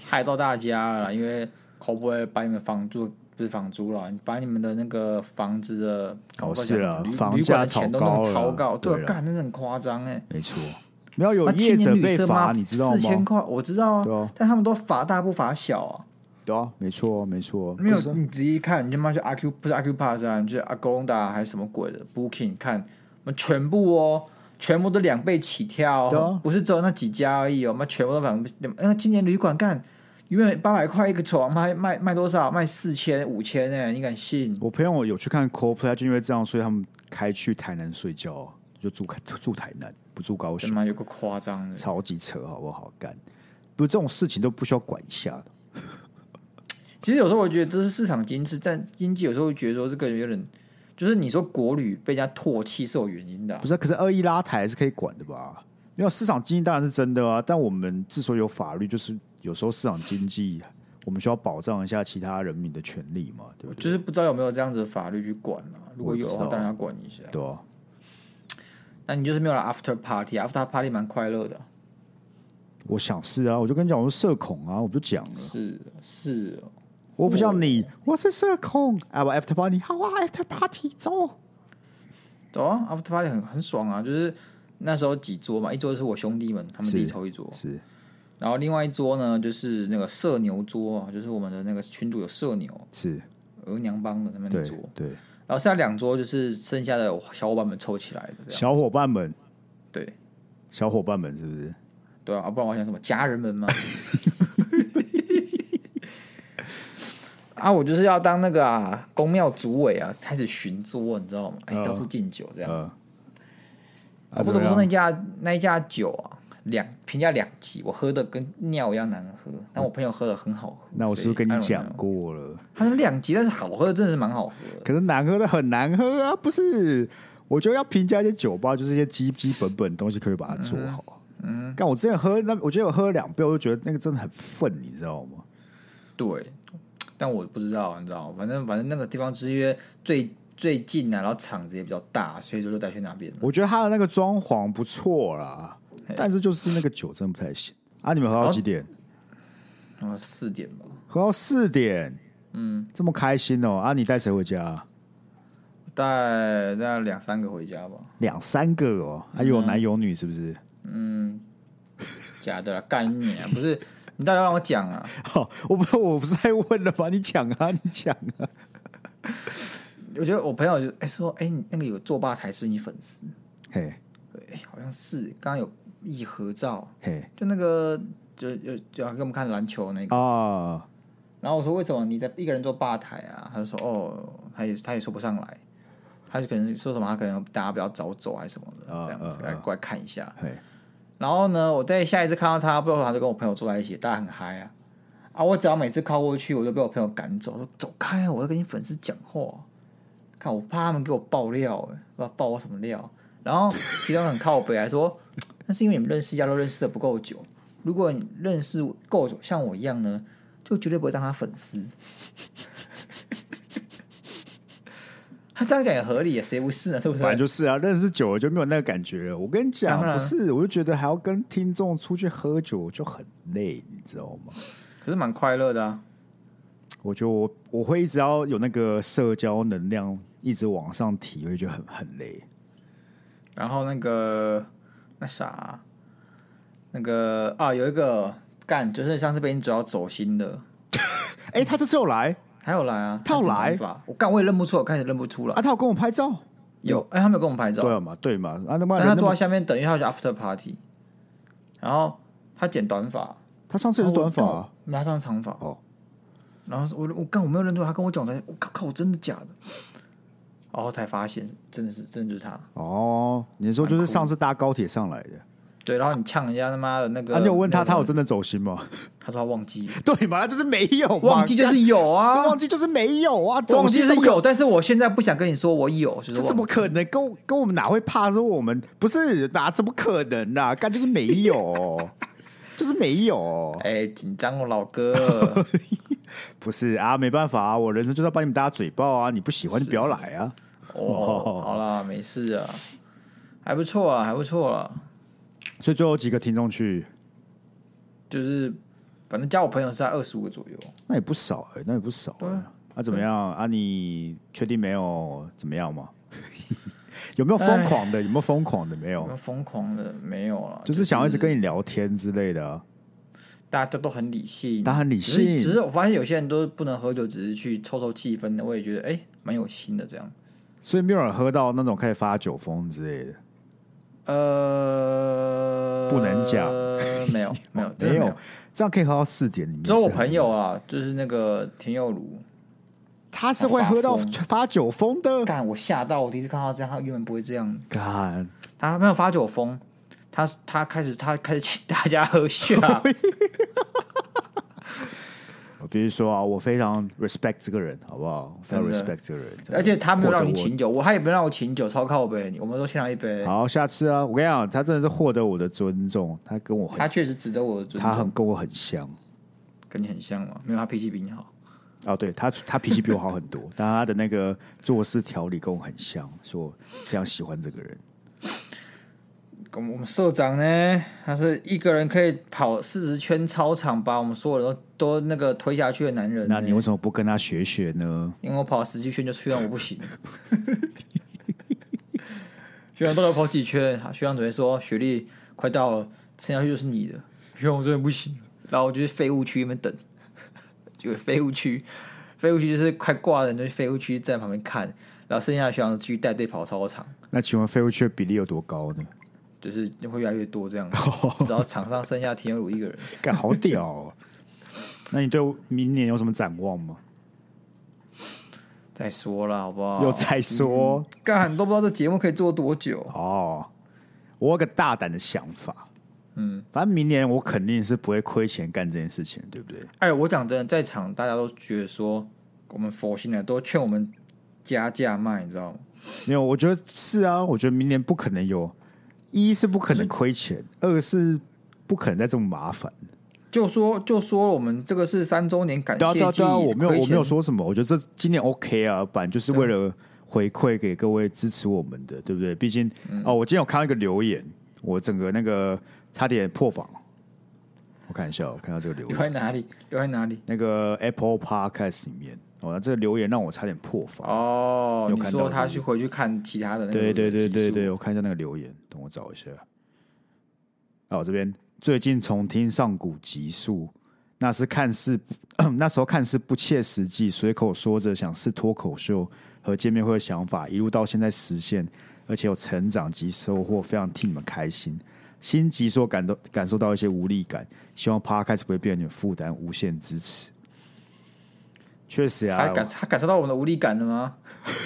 Speaker 2: 害到大家了啦，因为口不会把你们房租不是房租了，把你们的那个房子的搞
Speaker 1: 哦是啦
Speaker 2: 旅
Speaker 1: 房
Speaker 2: 旅
Speaker 1: 价
Speaker 2: 馆的钱都
Speaker 1: 炒
Speaker 2: 弄
Speaker 1: 高了
Speaker 2: 超高，对啊
Speaker 1: 对，啦
Speaker 2: 干那很夸张哎。
Speaker 1: 没错。没有有
Speaker 2: 那
Speaker 1: 业
Speaker 2: 啊青
Speaker 1: 者
Speaker 2: 年旅
Speaker 1: 被
Speaker 2: 社
Speaker 1: 罚，
Speaker 2: 吗？
Speaker 1: 你知道
Speaker 2: 四千
Speaker 1: 吗？
Speaker 2: 块，我知道啊，
Speaker 1: 对啊
Speaker 2: 但他们都罚大不罚小啊。
Speaker 1: 对啊，没错，没错。
Speaker 2: 没有
Speaker 1: 不是，
Speaker 2: 你仔细看，你他妈去阿 Q 不是阿 Q Pass 啊，你去阿公达还是什么鬼的 Booking 看，我们全部哦，全部都两倍起跳、
Speaker 1: 对啊，
Speaker 2: 哦不是只有那几家而已哦，妈全部都两倍。那、呃、今年旅馆干，原本八百块一个床，卖卖卖多少？卖四千、五千哎，你敢信？
Speaker 1: 我朋友有去看 CoPlay，他就因为这样，所以他们开去台南睡觉啊，就住住台南，不住高
Speaker 2: 他
Speaker 1: 雄，
Speaker 2: 妈有个夸张的，
Speaker 1: 超级扯，好不好？干，不是这种事情都不需要管一下的。
Speaker 2: 其实有时候我觉得这是市场机制，但经济有时候会觉得说这个有点，就是你说国旅被人家唾弃是有原因的啊、
Speaker 1: 不是啊，可是恶意拉抬还是可以管的吧？没有市场经济当然是真的啊，但我们之所以有法律，就是有时候市场经济我们需要保障一下其他人民的权利嘛，对不对？
Speaker 2: 就是不知道有没有这样子的法律去管啊。如果有的
Speaker 1: 我
Speaker 2: 话，
Speaker 1: 也不知道
Speaker 2: 当然要管一下。
Speaker 1: 对啊，
Speaker 2: 那你就是没有来 after party，after party 蛮快乐的。
Speaker 1: 我想是啊，我就跟你讲，我是社恐啊，我不就讲了，
Speaker 2: 是是哦，
Speaker 1: 我不像你，我是社恐啊，我 after party 好啊，after party 走，
Speaker 2: 走啊，after party 很很爽啊，就是那时候几桌嘛，一桌是我兄弟们，他们自己
Speaker 1: 是
Speaker 2: 抽一桌，
Speaker 1: 是
Speaker 2: 然后另外一桌呢就是那个社牛桌啊，就是我们的那个群主有社牛
Speaker 1: 是，
Speaker 2: 额娘帮的那边
Speaker 1: 对
Speaker 2: 一桌，
Speaker 1: 对，
Speaker 2: 然后剩下两桌就是剩下的小伙伴们凑起来的这样，
Speaker 1: 小伙伴们，
Speaker 2: 对
Speaker 1: 小伙伴们是不是？
Speaker 2: 对啊，啊不然我想什么家人们吗？ 啊，我就是要当那个啊，公庙主委啊，开始巡桌，你知道吗？哎、
Speaker 1: 嗯
Speaker 2: 到处敬酒这样。
Speaker 1: 呃，啊
Speaker 2: 我
Speaker 1: 怎
Speaker 2: 不得
Speaker 1: 么
Speaker 2: 不说那
Speaker 1: 样？
Speaker 2: 家那一家酒啊，两评价两级，我喝的跟尿一样难喝，但我朋友喝的很好喝。
Speaker 1: 嗯那我是不是
Speaker 2: 所以
Speaker 1: 跟你
Speaker 2: I don't
Speaker 1: 讲
Speaker 2: know
Speaker 1: 过了？
Speaker 2: 他说两级，但是好喝的真的是蛮好喝的。
Speaker 1: 可是难喝的很难喝啊，不是？我觉得要评价一些酒吧，就是一些基基本本的东西，可不可以把它做好。嗯，但我之前喝那，我觉得我喝了两杯，我就觉得那个真的很愤，你知道吗？
Speaker 2: 对，但我不知道，你知道吗，反正反正那个地方之约最最近啊，然后场子也比较大，所以说就带去那边了。
Speaker 1: 我觉得他的那个装潢不错啦，但是就是那个酒真的不太行啊！你们喝到几点？
Speaker 2: 然后四点吧，
Speaker 1: 喝到四点，嗯，这么开心哦！啊，你带谁回家啊？
Speaker 2: 带带两三个回家吧。
Speaker 1: 两三个哦，啊，有男有女是不是？
Speaker 2: 假的啦，干你啊！不是，你到底要让我讲啊？
Speaker 1: 好、我不我不是在问了吗？你讲啊，你讲啊！
Speaker 2: 我觉得我朋友就哎、说，哎、你那个有坐吧台是不是你粉丝？
Speaker 1: 嘿，
Speaker 2: 哎、好像是，刚刚有一合照，
Speaker 1: 嘿
Speaker 2: 就那个就就就要给我们看篮球那个。
Speaker 1: 啊，
Speaker 2: 然后我说为什么你在一个人坐吧台啊？他就说哦，他也他也说不上来，他就可能说什么他可能大家比较早走还是什么的，
Speaker 1: 啊
Speaker 2: 这样子
Speaker 1: 啊
Speaker 2: 来
Speaker 1: 啊
Speaker 2: 过来看一下。
Speaker 1: 嘿，
Speaker 2: 然后呢，我在下一次看到他，不知道他就跟我朋友坐在一起，大家很嗨啊啊！我只要每次靠过去，我就被我朋友赶走，说走开啊，我在跟你粉丝讲话，看我怕他们给我爆料、欸，不知道爆我什么料。然后其中很靠北还说，那是因为你们认识亚洲认识的不够久，如果你认识够久，像我一样呢，就绝对不会当他粉丝。 他这样讲也合理啊，谁不是呢？对不对？
Speaker 1: 反正就是啊，认识久了就没有那个感觉了。我跟你讲
Speaker 2: 当，然
Speaker 1: 不是，我就觉得还要跟听众出去喝酒就很累，你知道吗？
Speaker 2: 可是蛮快乐的啊。
Speaker 1: 我觉得我我会一直要有那个社交能量一直往上提，我就觉得很很累。
Speaker 2: 然后那个那啥，那个啊，有一个干，就是上次被你指到走心的，
Speaker 1: 哎、他这次有来
Speaker 2: 还有来啊，
Speaker 1: 他有来
Speaker 2: 挺头发，我干我也认不出来，我开始认不出来。
Speaker 1: 啊，他有跟我拍照，
Speaker 2: 有，哎、他没有跟我们拍照，
Speaker 1: 对嘛对嘛，啊他妈
Speaker 2: 但
Speaker 1: 的
Speaker 2: 他
Speaker 1: 那
Speaker 2: 坐
Speaker 1: 么
Speaker 2: 在下面等，因为他去 after party，然后他剪短发，
Speaker 1: 他上次也是短发、啊，
Speaker 2: 没有他上长发
Speaker 1: 哦。
Speaker 2: 然后我我干我没有认出来，他跟我讲才，我靠靠，我真的假的？然后才发现真的是真的就是他。
Speaker 1: 哦，你说就是上次搭高铁上来的，
Speaker 2: 对，然后你呛人家他妈的那个，
Speaker 1: 啊，你有问他
Speaker 2: 那个
Speaker 1: 他有真的走心吗？
Speaker 2: 他说他忘记了，
Speaker 1: 对嘛，他就是没有嘛，
Speaker 2: 忘记就是有啊，
Speaker 1: 忘记就是没有啊，
Speaker 2: 忘
Speaker 1: 走
Speaker 2: 记
Speaker 1: 心
Speaker 2: 是
Speaker 1: 怎么可
Speaker 2: 有，但是我现在不想跟你说我有，就是
Speaker 1: 这
Speaker 2: 忘
Speaker 1: 怎么可能？跟我跟我们哪会怕说我们不是哪？怎么可能啦、啊？干就是没有，就是没有，
Speaker 2: 哎，紧张哦，老 哥，
Speaker 1: 不是啊，没办法啊，我人生就是要把你们大家嘴爆啊！你不喜欢就不要来啊！
Speaker 2: 哦，好啦，没事啊，还不错啊，还不错啊，
Speaker 1: 所以最后几个听众去，
Speaker 2: 就是反正加我朋友是在二十五个左右，
Speaker 1: 那也不少哎、那也不少哎、啊。怎么样啊？你确定没有怎么样吗？ 有没有疯狂的？有没有疯狂的？没
Speaker 2: 我
Speaker 1: 有
Speaker 2: 们，疯狂的没有了，
Speaker 1: 就是想要一直跟你聊天之类的、啊。
Speaker 2: 大家都很理性，
Speaker 1: 大家很理
Speaker 2: 只是
Speaker 1: 性
Speaker 2: 只是我发现有些人都不能喝酒，只是去凑凑气氛的，我也觉得哎，蛮有心的这样。
Speaker 1: 所以没有人喝到那种开始发酒疯之类的。
Speaker 2: 呃，
Speaker 1: 不能讲
Speaker 2: 没有没有真的
Speaker 1: 没
Speaker 2: 没
Speaker 1: 有，这样可以喝到四点。你们
Speaker 2: 只有我
Speaker 1: 是很
Speaker 2: 朋友啊，就是那个田佑儒，
Speaker 1: 他是会喝到
Speaker 2: 发疯
Speaker 1: 发酒疯的。
Speaker 2: 干我吓到，我第一次看到这样，他原本不会这样，
Speaker 1: 干，
Speaker 2: 他没有发酒疯，他他开始他开始请 大家 喝下，
Speaker 1: 我必须说啊，我非常 respect 这个人，好不好？我非常
Speaker 2: 真的
Speaker 1: respect 这个人，真的
Speaker 2: 而且他没有让你
Speaker 1: 获得我
Speaker 2: 请酒，我他也没有让我请酒，超靠背，我们都欠他一杯，
Speaker 1: 好，下次啊，我跟你讲，他真的是获得我的尊重，他跟我很，
Speaker 2: 他确实值得我的尊
Speaker 1: 他
Speaker 2: 重，
Speaker 1: 很跟我很像
Speaker 2: 跟你很像嘛，没有他脾气比你好，
Speaker 1: 哦，对他，他脾气比我好很多， 但他的那个做事条理跟我很像，所以我非常喜欢这个人。
Speaker 2: 我们我们社长呢，他是一个人可以跑四十圈操场，把我们所有人都都那个推下去的男人呢，
Speaker 1: 那你为什么不跟他学学呢？
Speaker 2: 因为我跑十几圈就虽然我不行。 学长到底跑几圈？学长总会说学历快到了，撑下去就是你的。学长我真的不行，然后我就去废物区那边等， 就废物区，废物区就是快挂的人，就去废物区站旁边看，然后剩下的学长继续带队跑操场，
Speaker 1: 那请问废物区的比例有多高呢？
Speaker 2: 就是会越来越多这样。 然后场上剩下田有儒一个人，
Speaker 1: 干好屌、 哦！那你对明年有什么展望吗？
Speaker 2: 再说了好不好？
Speaker 1: 又再说。
Speaker 2: 干都不知道这节目可以做多久。
Speaker 1: 哦，我有个大胆的想法，嗯，反正明年我肯定是不会亏钱干这件事情，对不对？
Speaker 2: 哎，我讲真的，在场大家都觉得说，我们佛心的都劝我们加价卖，你知道吗？
Speaker 1: 没有，我觉得是啊，我觉得明年不可能有，一是不可能亏钱，二是不可能再这么麻烦。
Speaker 2: 就说就说我们这个是三周年感
Speaker 1: 对啊，对
Speaker 2: 谢
Speaker 1: 啊，
Speaker 2: 季，
Speaker 1: 对啊，我没有，
Speaker 2: 亏
Speaker 1: 我
Speaker 2: 钱
Speaker 1: 没有。说什么，我觉得这今年 OK 啊，反正就是为了回馈给各位支持我们的，对不对？毕竟、
Speaker 2: 嗯
Speaker 1: 哦，我今天有看到一个留言，我整个那个差点破防，我看一下，我看到这个留言
Speaker 2: 留。在哪里？留在哪里？
Speaker 1: 那个 Apple Podcast 里面，哦，那这个留言让我差点破防。
Speaker 2: 哦，
Speaker 1: 有
Speaker 2: 你
Speaker 1: 看到
Speaker 2: 说他
Speaker 1: 是不是
Speaker 2: 去回去看其他的那个
Speaker 1: 对对对
Speaker 2: 集
Speaker 1: 对
Speaker 2: 数
Speaker 1: 对，我看一下那个留言，等我找一下。哦，这边最近重听上古集数，那是看似 那时候看似不切实际，随口说着想是脱口秀和见面会的想法，一路到现在实现，而且有成长及收获，非常替你们开心。新集所感到感受到一些无力感，希望 p 开始不会变成你们负担，无限支持。确实啊，
Speaker 2: 他感他感受到我们的无力感了吗？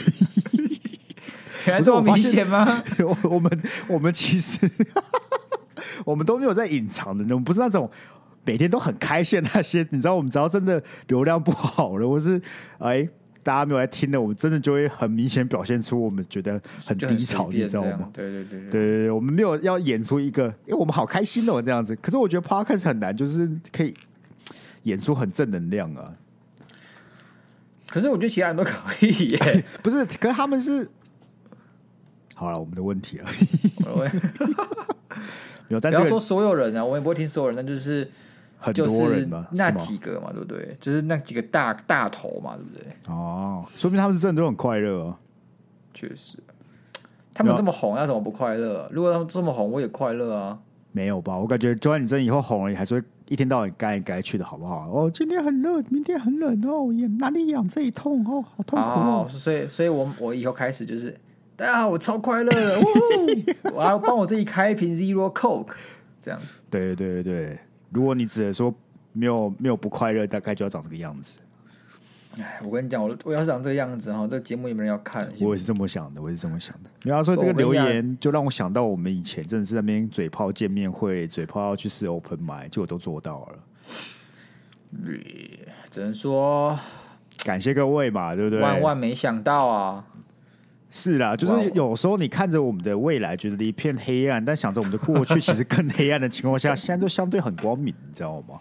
Speaker 2: 原
Speaker 1: 不
Speaker 2: 来
Speaker 1: 是
Speaker 2: 这
Speaker 1: 我
Speaker 2: 么明
Speaker 1: 发现
Speaker 2: 显吗？
Speaker 1: 我 我们我们其实 我们都没有在隐藏的，我们不是那种每天都很开心的那些。你知道，我们只要真的流量不好了，或 是哎大家没有来听的，我们真的就会很明显表现出我们觉得很
Speaker 2: 就
Speaker 1: 低
Speaker 2: 很随
Speaker 1: 潮，你
Speaker 2: 便
Speaker 1: 知
Speaker 2: 这
Speaker 1: 道
Speaker 2: 样
Speaker 1: 吗？。
Speaker 2: 对对对
Speaker 1: 对
Speaker 2: 对，
Speaker 1: 对对，我们没有要演出一个，因为我们好开心哦，这样子。可是我觉得 podcast 很难，就是可以演出很正能量啊。
Speaker 2: 可是我觉得其他人都可以耶。
Speaker 1: 不是，可是他们是好了，我们的问题了。
Speaker 2: 我
Speaker 1: 没有，但 这
Speaker 2: 不要
Speaker 1: 个
Speaker 2: 说所有人啊，我也不会听所有人，但就是
Speaker 1: 很
Speaker 2: 就
Speaker 1: 多
Speaker 2: 是
Speaker 1: 人吧？
Speaker 2: 那
Speaker 1: 是吗
Speaker 2: 几个嘛，对不对？就是那几个大大头嘛，对不对？
Speaker 1: 哦，说明他们是真的都很快乐哦。
Speaker 2: 确实，他们这么红，要怎么不快乐？如果他们这么红，我也快乐啊。
Speaker 1: 没有吧？我感觉，就算你真以后红了，你还是会一天到晚该来该去的好不好？哦，今天很热，明天很冷哦，眼哪里痒，这里痛哦，好痛苦
Speaker 2: 哦
Speaker 1: 哦，。
Speaker 2: 所以，所以我我以后开始就是，大家好，我超快乐的，呜呼 我要帮我自己开一瓶 Zero Coke，这样。
Speaker 1: 对对对对，如果你只能说没有没有不快乐，大概就要长这个样子。
Speaker 2: 哎，我跟你讲，我我要是长这个样子哈，这节目也没人要看。
Speaker 1: 我也是这么想的，我也是这么想的。你要说这个留言，就让我想到我们以前真的是在那边嘴炮见面会，嘴炮要去试 open m i 结果都做到了。
Speaker 2: 只能说
Speaker 1: 感谢各位嘛，对不对？
Speaker 2: 万万没想到啊！
Speaker 1: 是啦，就
Speaker 2: 哇哦
Speaker 1: 是有时候你看着我们的未来，觉得一片黑暗，但想着我们的过去其实更黑暗的情况 下，现在都相对很光明，你知道吗？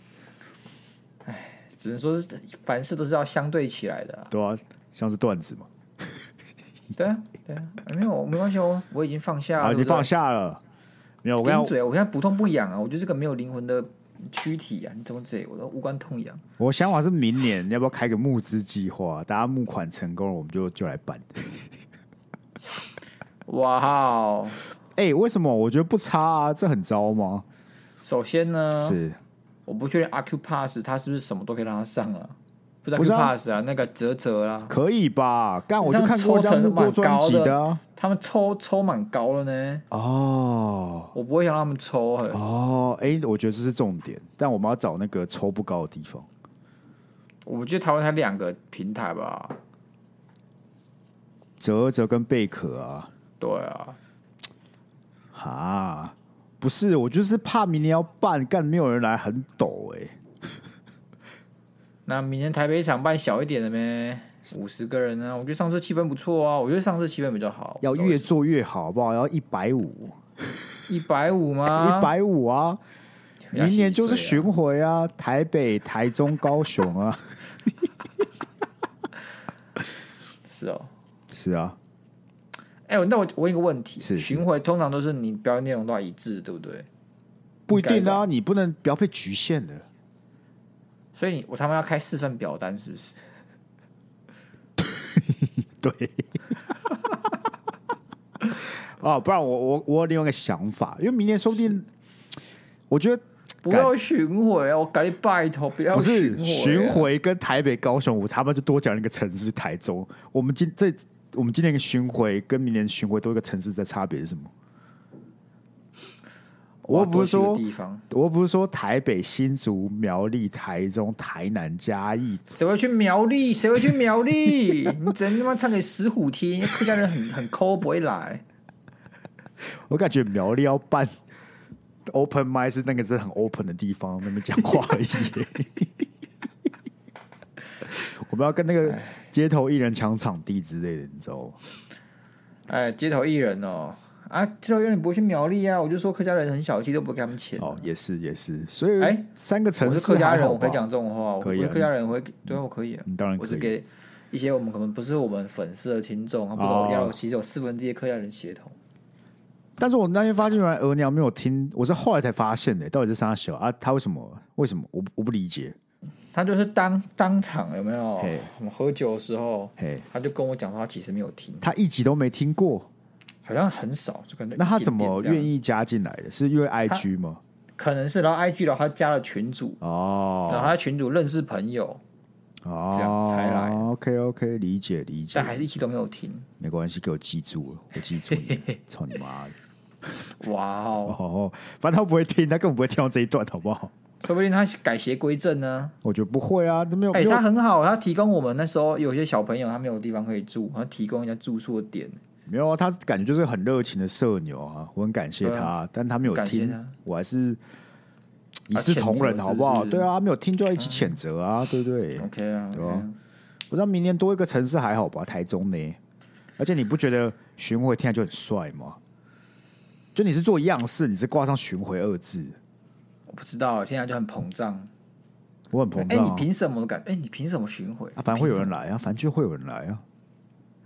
Speaker 2: 只能说是凡事都是要相对起来的啊、
Speaker 1: 对啊，像是段子嘛，
Speaker 2: 对啊，对啊，哎没有没关系哦，我已经放下了，
Speaker 1: 啊，
Speaker 2: 对
Speaker 1: 你
Speaker 2: 不对
Speaker 1: 放下了。没有，我刚
Speaker 2: 顶嘴！我现在不痛不痒啊，我就是个没有灵魂的躯体啊！你怎么嘴？我都无关痛痒。
Speaker 1: 我想法是明年要不要开个募资计划，大家募款成功了，我们就就来办。
Speaker 2: 哇哦！
Speaker 1: 哎、为什么？我觉得不差啊，这很糟吗？
Speaker 2: 首先呢，
Speaker 1: 是
Speaker 2: 我不确定 Aq Pass 它是不是什么都可以让它上啊？不是
Speaker 1: 不
Speaker 2: Aq
Speaker 1: 是啊
Speaker 2: Pass 啊，那个泽泽啦，
Speaker 1: 可以吧？干，我
Speaker 2: 这
Speaker 1: 就
Speaker 2: 样
Speaker 1: 看过人
Speaker 2: 抽
Speaker 1: 家
Speaker 2: 成
Speaker 1: 募过
Speaker 2: 蛮
Speaker 1: 专辑
Speaker 2: 高的
Speaker 1: 的啊。
Speaker 2: 他们抽抽蛮高了呢，
Speaker 1: 哦
Speaker 2: 我不会想让他们抽、欸。
Speaker 1: 哦，哎、我觉得这是重点，但我们要找那个抽不高的地方。
Speaker 2: 我觉得台湾才两个平台吧？
Speaker 1: 泽泽跟贝壳啊，
Speaker 2: 对啊，
Speaker 1: 哈，不是，我就是怕明年要办，干没有人来，很抖哎、
Speaker 2: 那明年台北场办小一点的呗，五十个人啊，我觉得上次气氛不错啊，我觉得上次气氛比较好。
Speaker 1: 要越做越好，好不好？要一百五，
Speaker 2: 一百五吗？
Speaker 1: 一百五啊！
Speaker 2: 不要
Speaker 1: 明年就是
Speaker 2: 洗水
Speaker 1: 巡
Speaker 2: 啊
Speaker 1: 回啊，台北、台中、高雄 啊，
Speaker 2: 是哦。
Speaker 1: 是啊，
Speaker 2: 哎、那我我有一个问题，
Speaker 1: 是是
Speaker 2: 巡回通常都是你表演内容都要一致，对不对？
Speaker 1: 不一定啊，你不能不要被局限了。
Speaker 2: 所以你我他们要开四份表单，是不是？
Speaker 1: 对。哦，不然我我我有另外一个想法，因为明年说不定，我觉得
Speaker 2: 不要巡回啊！我赶紧拜托，不要
Speaker 1: 不是
Speaker 2: 回、
Speaker 1: 巡
Speaker 2: 巡啊。
Speaker 1: 回跟台北、高雄，我他们就多讲一个城市，台中。我们今这我们今年的巡回跟明年的巡回多一个城市的差别是什么？我
Speaker 2: 我要
Speaker 1: 又不
Speaker 2: 多
Speaker 1: 是
Speaker 2: 去个
Speaker 1: 说，
Speaker 2: 地方，
Speaker 1: 我又不是说台北、新竹、苗栗、台中、台南、嘉义，
Speaker 2: 谁会去苗栗？谁会去苗 栗？你只能他妈唱给石虎听，客家人很很抠，不会来。
Speaker 1: 我感觉苗栗要办 open m i 是那个真的很 open 的地方，那边讲话 而已。我们要跟那个街头艺人抢场地之类的，你知道吗？
Speaker 2: 哎，街头艺人哦，啊，街头艺人不会去苗栗啊！我就说客家人很小气，都不给他们钱。
Speaker 1: 哦，也是也是，所以
Speaker 2: 哎
Speaker 1: 三个城
Speaker 2: 我
Speaker 1: 市
Speaker 2: 是客家
Speaker 1: 还
Speaker 2: 人，
Speaker 1: 好
Speaker 2: 我可以
Speaker 1: 吧
Speaker 2: 讲这种话。我
Speaker 1: 可以啊
Speaker 2: 我是客家人，我会对啊，我可以啊。
Speaker 1: 你当然可以
Speaker 2: 我是给一些我们可能不是我们粉丝的听众，他不懂
Speaker 1: 哦
Speaker 2: 要其实有四分之一的客家人协同。
Speaker 1: 但是我那天发现，原来额娘没有听，我是后来才发现的、到底是啥小啊？他为什么？为什么？我不我不理解。
Speaker 2: 他就是当当场有没有
Speaker 1: 嘿？
Speaker 2: 我们喝酒的时候
Speaker 1: 嘿，
Speaker 2: 他就跟我讲说他其实没有听，
Speaker 1: 他一集都没听过，
Speaker 2: 好像很少，就可能
Speaker 1: 那他怎么愿
Speaker 2: 意？
Speaker 1: 意加进来的？是因为 IG 吗？
Speaker 2: 可能是然后 IG 然后他加了群主，然后
Speaker 1: 哦
Speaker 2: 他群主认识朋友，
Speaker 1: 哦，
Speaker 2: 这样才来
Speaker 1: OK OK，理解理解
Speaker 2: 但，还是一期都没有听。
Speaker 1: 没关系，给我记住了，我记住你 了，操你妈的！
Speaker 2: 哇哦，
Speaker 1: 哦，反正他不会听，他根本不会听到这一段，好不好？
Speaker 2: 说不定他改邪归正呢。
Speaker 1: 我觉得不会啊，都没有。没
Speaker 2: 哎、
Speaker 1: 有
Speaker 2: 他很好，他提供我们那时候有些小朋友他没有地方可以住，他提供人家住宿的点。
Speaker 1: 没有啊，他感觉就是很热情的社牛啊，我很感谢
Speaker 2: 对
Speaker 1: 他，
Speaker 2: 啊
Speaker 1: 但他没有
Speaker 2: 感谢
Speaker 1: 听
Speaker 2: 他，啊
Speaker 1: 我还是一视同
Speaker 2: 谴
Speaker 1: 仁，
Speaker 2: 责
Speaker 1: 好不好？
Speaker 2: 是不是嗯
Speaker 1: 对啊，没有听就要一起谴责啊，对不对？
Speaker 2: OK 啊
Speaker 1: 对
Speaker 2: o
Speaker 1: 啊我知道明年多一个城市还好吧，台中呢，而且你不觉得巡回听起来就很帅吗？就你是做样式，你是挂上巡回二字，
Speaker 2: 我不知道，现在就很膨胀。
Speaker 1: 我很膨
Speaker 2: 哎、
Speaker 1: 胀、
Speaker 2: 你
Speaker 1: 啊。
Speaker 2: 凭什么感？哎、你凭什么巡回？
Speaker 1: 啊，反正会有
Speaker 2: 凭
Speaker 1: 人
Speaker 2: 什么
Speaker 1: 来啊，反正就会有人来啊，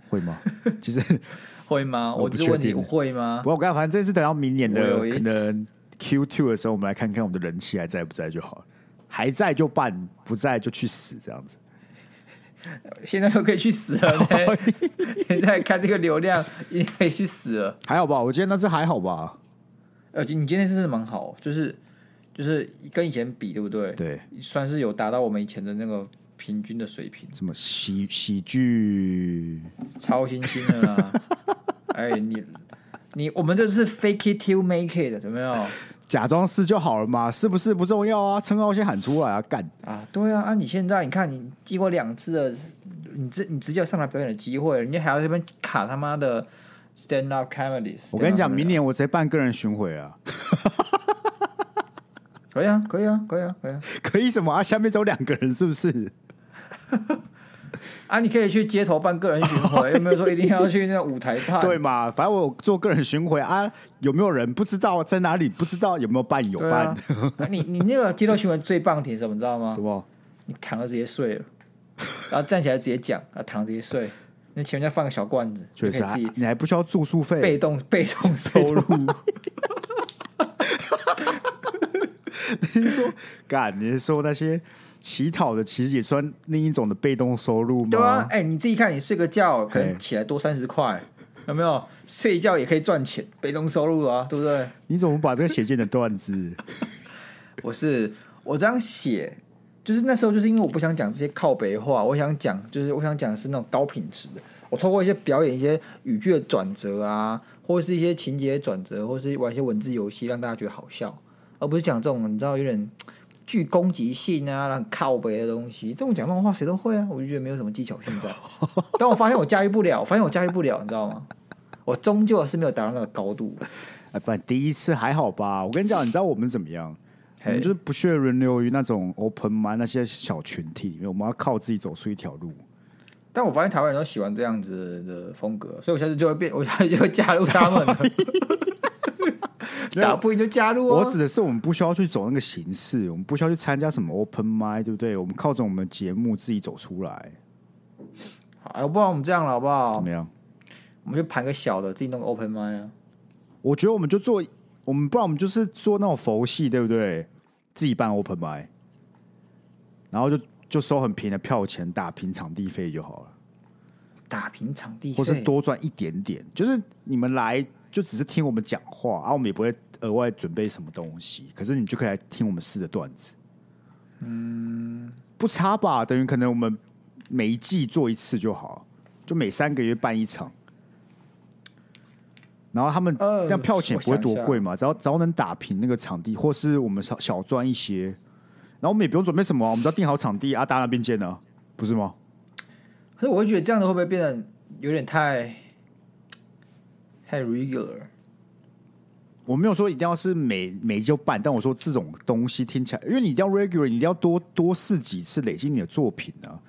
Speaker 1: 会 吗？其实
Speaker 2: 会吗？
Speaker 1: 我
Speaker 2: 我
Speaker 1: 不
Speaker 2: 就问
Speaker 1: 确
Speaker 2: 你，
Speaker 1: 定
Speaker 2: 会吗
Speaker 1: 不？过我刚才反正这是等到明年
Speaker 2: 我
Speaker 1: 的
Speaker 2: 有一
Speaker 1: 可能 Q two 的时候，我们来看看我们的人气还在不在就好了。还在就办，不在就去死这样子。
Speaker 2: 现在都可以去死 了。现在看这个流量，应该可以去死了。
Speaker 1: 还好吧，我觉得那这还好吧。
Speaker 2: 呃，你今天真是蛮好，就是就是跟以前比，对不对？
Speaker 1: 对，
Speaker 2: 算是有达到我们以前的那个平均的水平，
Speaker 1: 什么喜喜剧？
Speaker 2: 超新星的啦。哎，你你我们这是 fake it till make it，有没有
Speaker 1: 假装是就好了嘛，是不是不重要啊？称号先喊出来啊！干，
Speaker 2: 啊？对啊，啊，你现在你看你经过两次的，你这你直接有上台表演的机会了，人家还要这边卡他妈的 stand up comedy。
Speaker 1: 我跟你讲，明年我直接办个人巡回啊！
Speaker 2: 可以啊，可以啊，可以啊，可以啊。
Speaker 1: 可以什么啊？下面只有两个人，是不是？
Speaker 2: 啊，你可以去街头办个人巡 回，有没有说一定要去那种舞台办？
Speaker 1: 对嘛？反正我做个人巡回啊，有没有人不知道在哪里？不知道有没有办？有
Speaker 2: 对
Speaker 1: 办、
Speaker 2: 啊 啊你你那个街头巡回最棒的点是什么，你知道吗
Speaker 1: 什？么？
Speaker 2: 你躺着直接睡了，然后站起来直接讲，啊，躺着直接睡。那前面再放个小罐子，
Speaker 1: 确
Speaker 2: 就
Speaker 1: 实
Speaker 2: 可以
Speaker 1: 还
Speaker 2: 自己
Speaker 1: 你还不需要住宿费，
Speaker 2: 被动 被动收入。
Speaker 1: 你说干，你是说那些乞讨的，其实也算另一种的被动收入吗？
Speaker 2: 对啊，哎、你自己看，你睡个觉可
Speaker 1: 嘿
Speaker 2: 能起来多三十块，有没有？睡一觉也可以赚钱，被动收入啊，对不对？
Speaker 1: 你怎么把这个写进你的段子？
Speaker 2: 不是，我这样写，就是那时候就是因为我不想讲这些靠北话，我想讲就是我想讲的是那种高品质的。我透过一些表演、一些语句的转折啊，或是一些情节的转折，或是玩一些文字游戏，让大家觉得好笑，而不是讲这种你知道有点具攻击性啊、很靠北的东西。这种讲这种话谁都会啊，我就觉得没有什么技巧。现在，但我发现我驾驭不了，我发现我驾驭不了，你知道吗？我终究是没有达到那个高度。
Speaker 1: 哎，不，第一次还好吧？我跟你讲，你知道我们怎么样？我们
Speaker 2: 嘿
Speaker 1: 就是不屑轮流于那种 open m i 那些小群体里面，我们要靠自己走出一条路。
Speaker 2: 但我发现台湾人都喜欢这样子的风格，所以我下次就会变，我 下次就会加入他们了。 打不赢就加入
Speaker 1: 我
Speaker 2: 哦。
Speaker 1: 指的是我们不需要去走那个形式，我们不需要去参加什么 open m i 对不对？我们靠着我们的节目自己走出来，
Speaker 2: 好，哎不然我们这样了好不
Speaker 1: 怎
Speaker 2: 好
Speaker 1: 么？样？
Speaker 2: 我们就盘个小的，自己弄个 open m i 啊。
Speaker 1: 我觉得我们就做，我们不然我们就是做那种佛系，对不对？自己办 open m i 然后就就收很便宜的票钱，打平场地费就好了。
Speaker 2: 打平场地
Speaker 1: 或是
Speaker 2: 费，
Speaker 1: 多赚一点点。就是你们来就只是听我们讲话，啊，我们也不会额外准备什么东西，可是你们就可以来听我们试的段子。嗯，不差吧？等于可能我们每一季做一次就好，就每三个月办一场。然后他们
Speaker 2: 呃
Speaker 1: 这样票钱也不会多
Speaker 2: 我想一下
Speaker 1: 贵嘛，只要只要能打平那个场地，或是我们少小赚一些，然后我们也不用准备什么啊、我们只要定好场地啊，大家那边见呢，不是吗？
Speaker 2: 可是我会觉得这样子会不会变得有点太太 regular？
Speaker 1: 我没有说一定要是每每一就办，但我说这种东西听起来，因为你一定要 regular，你一定要多多试几次，累积你的作品啊。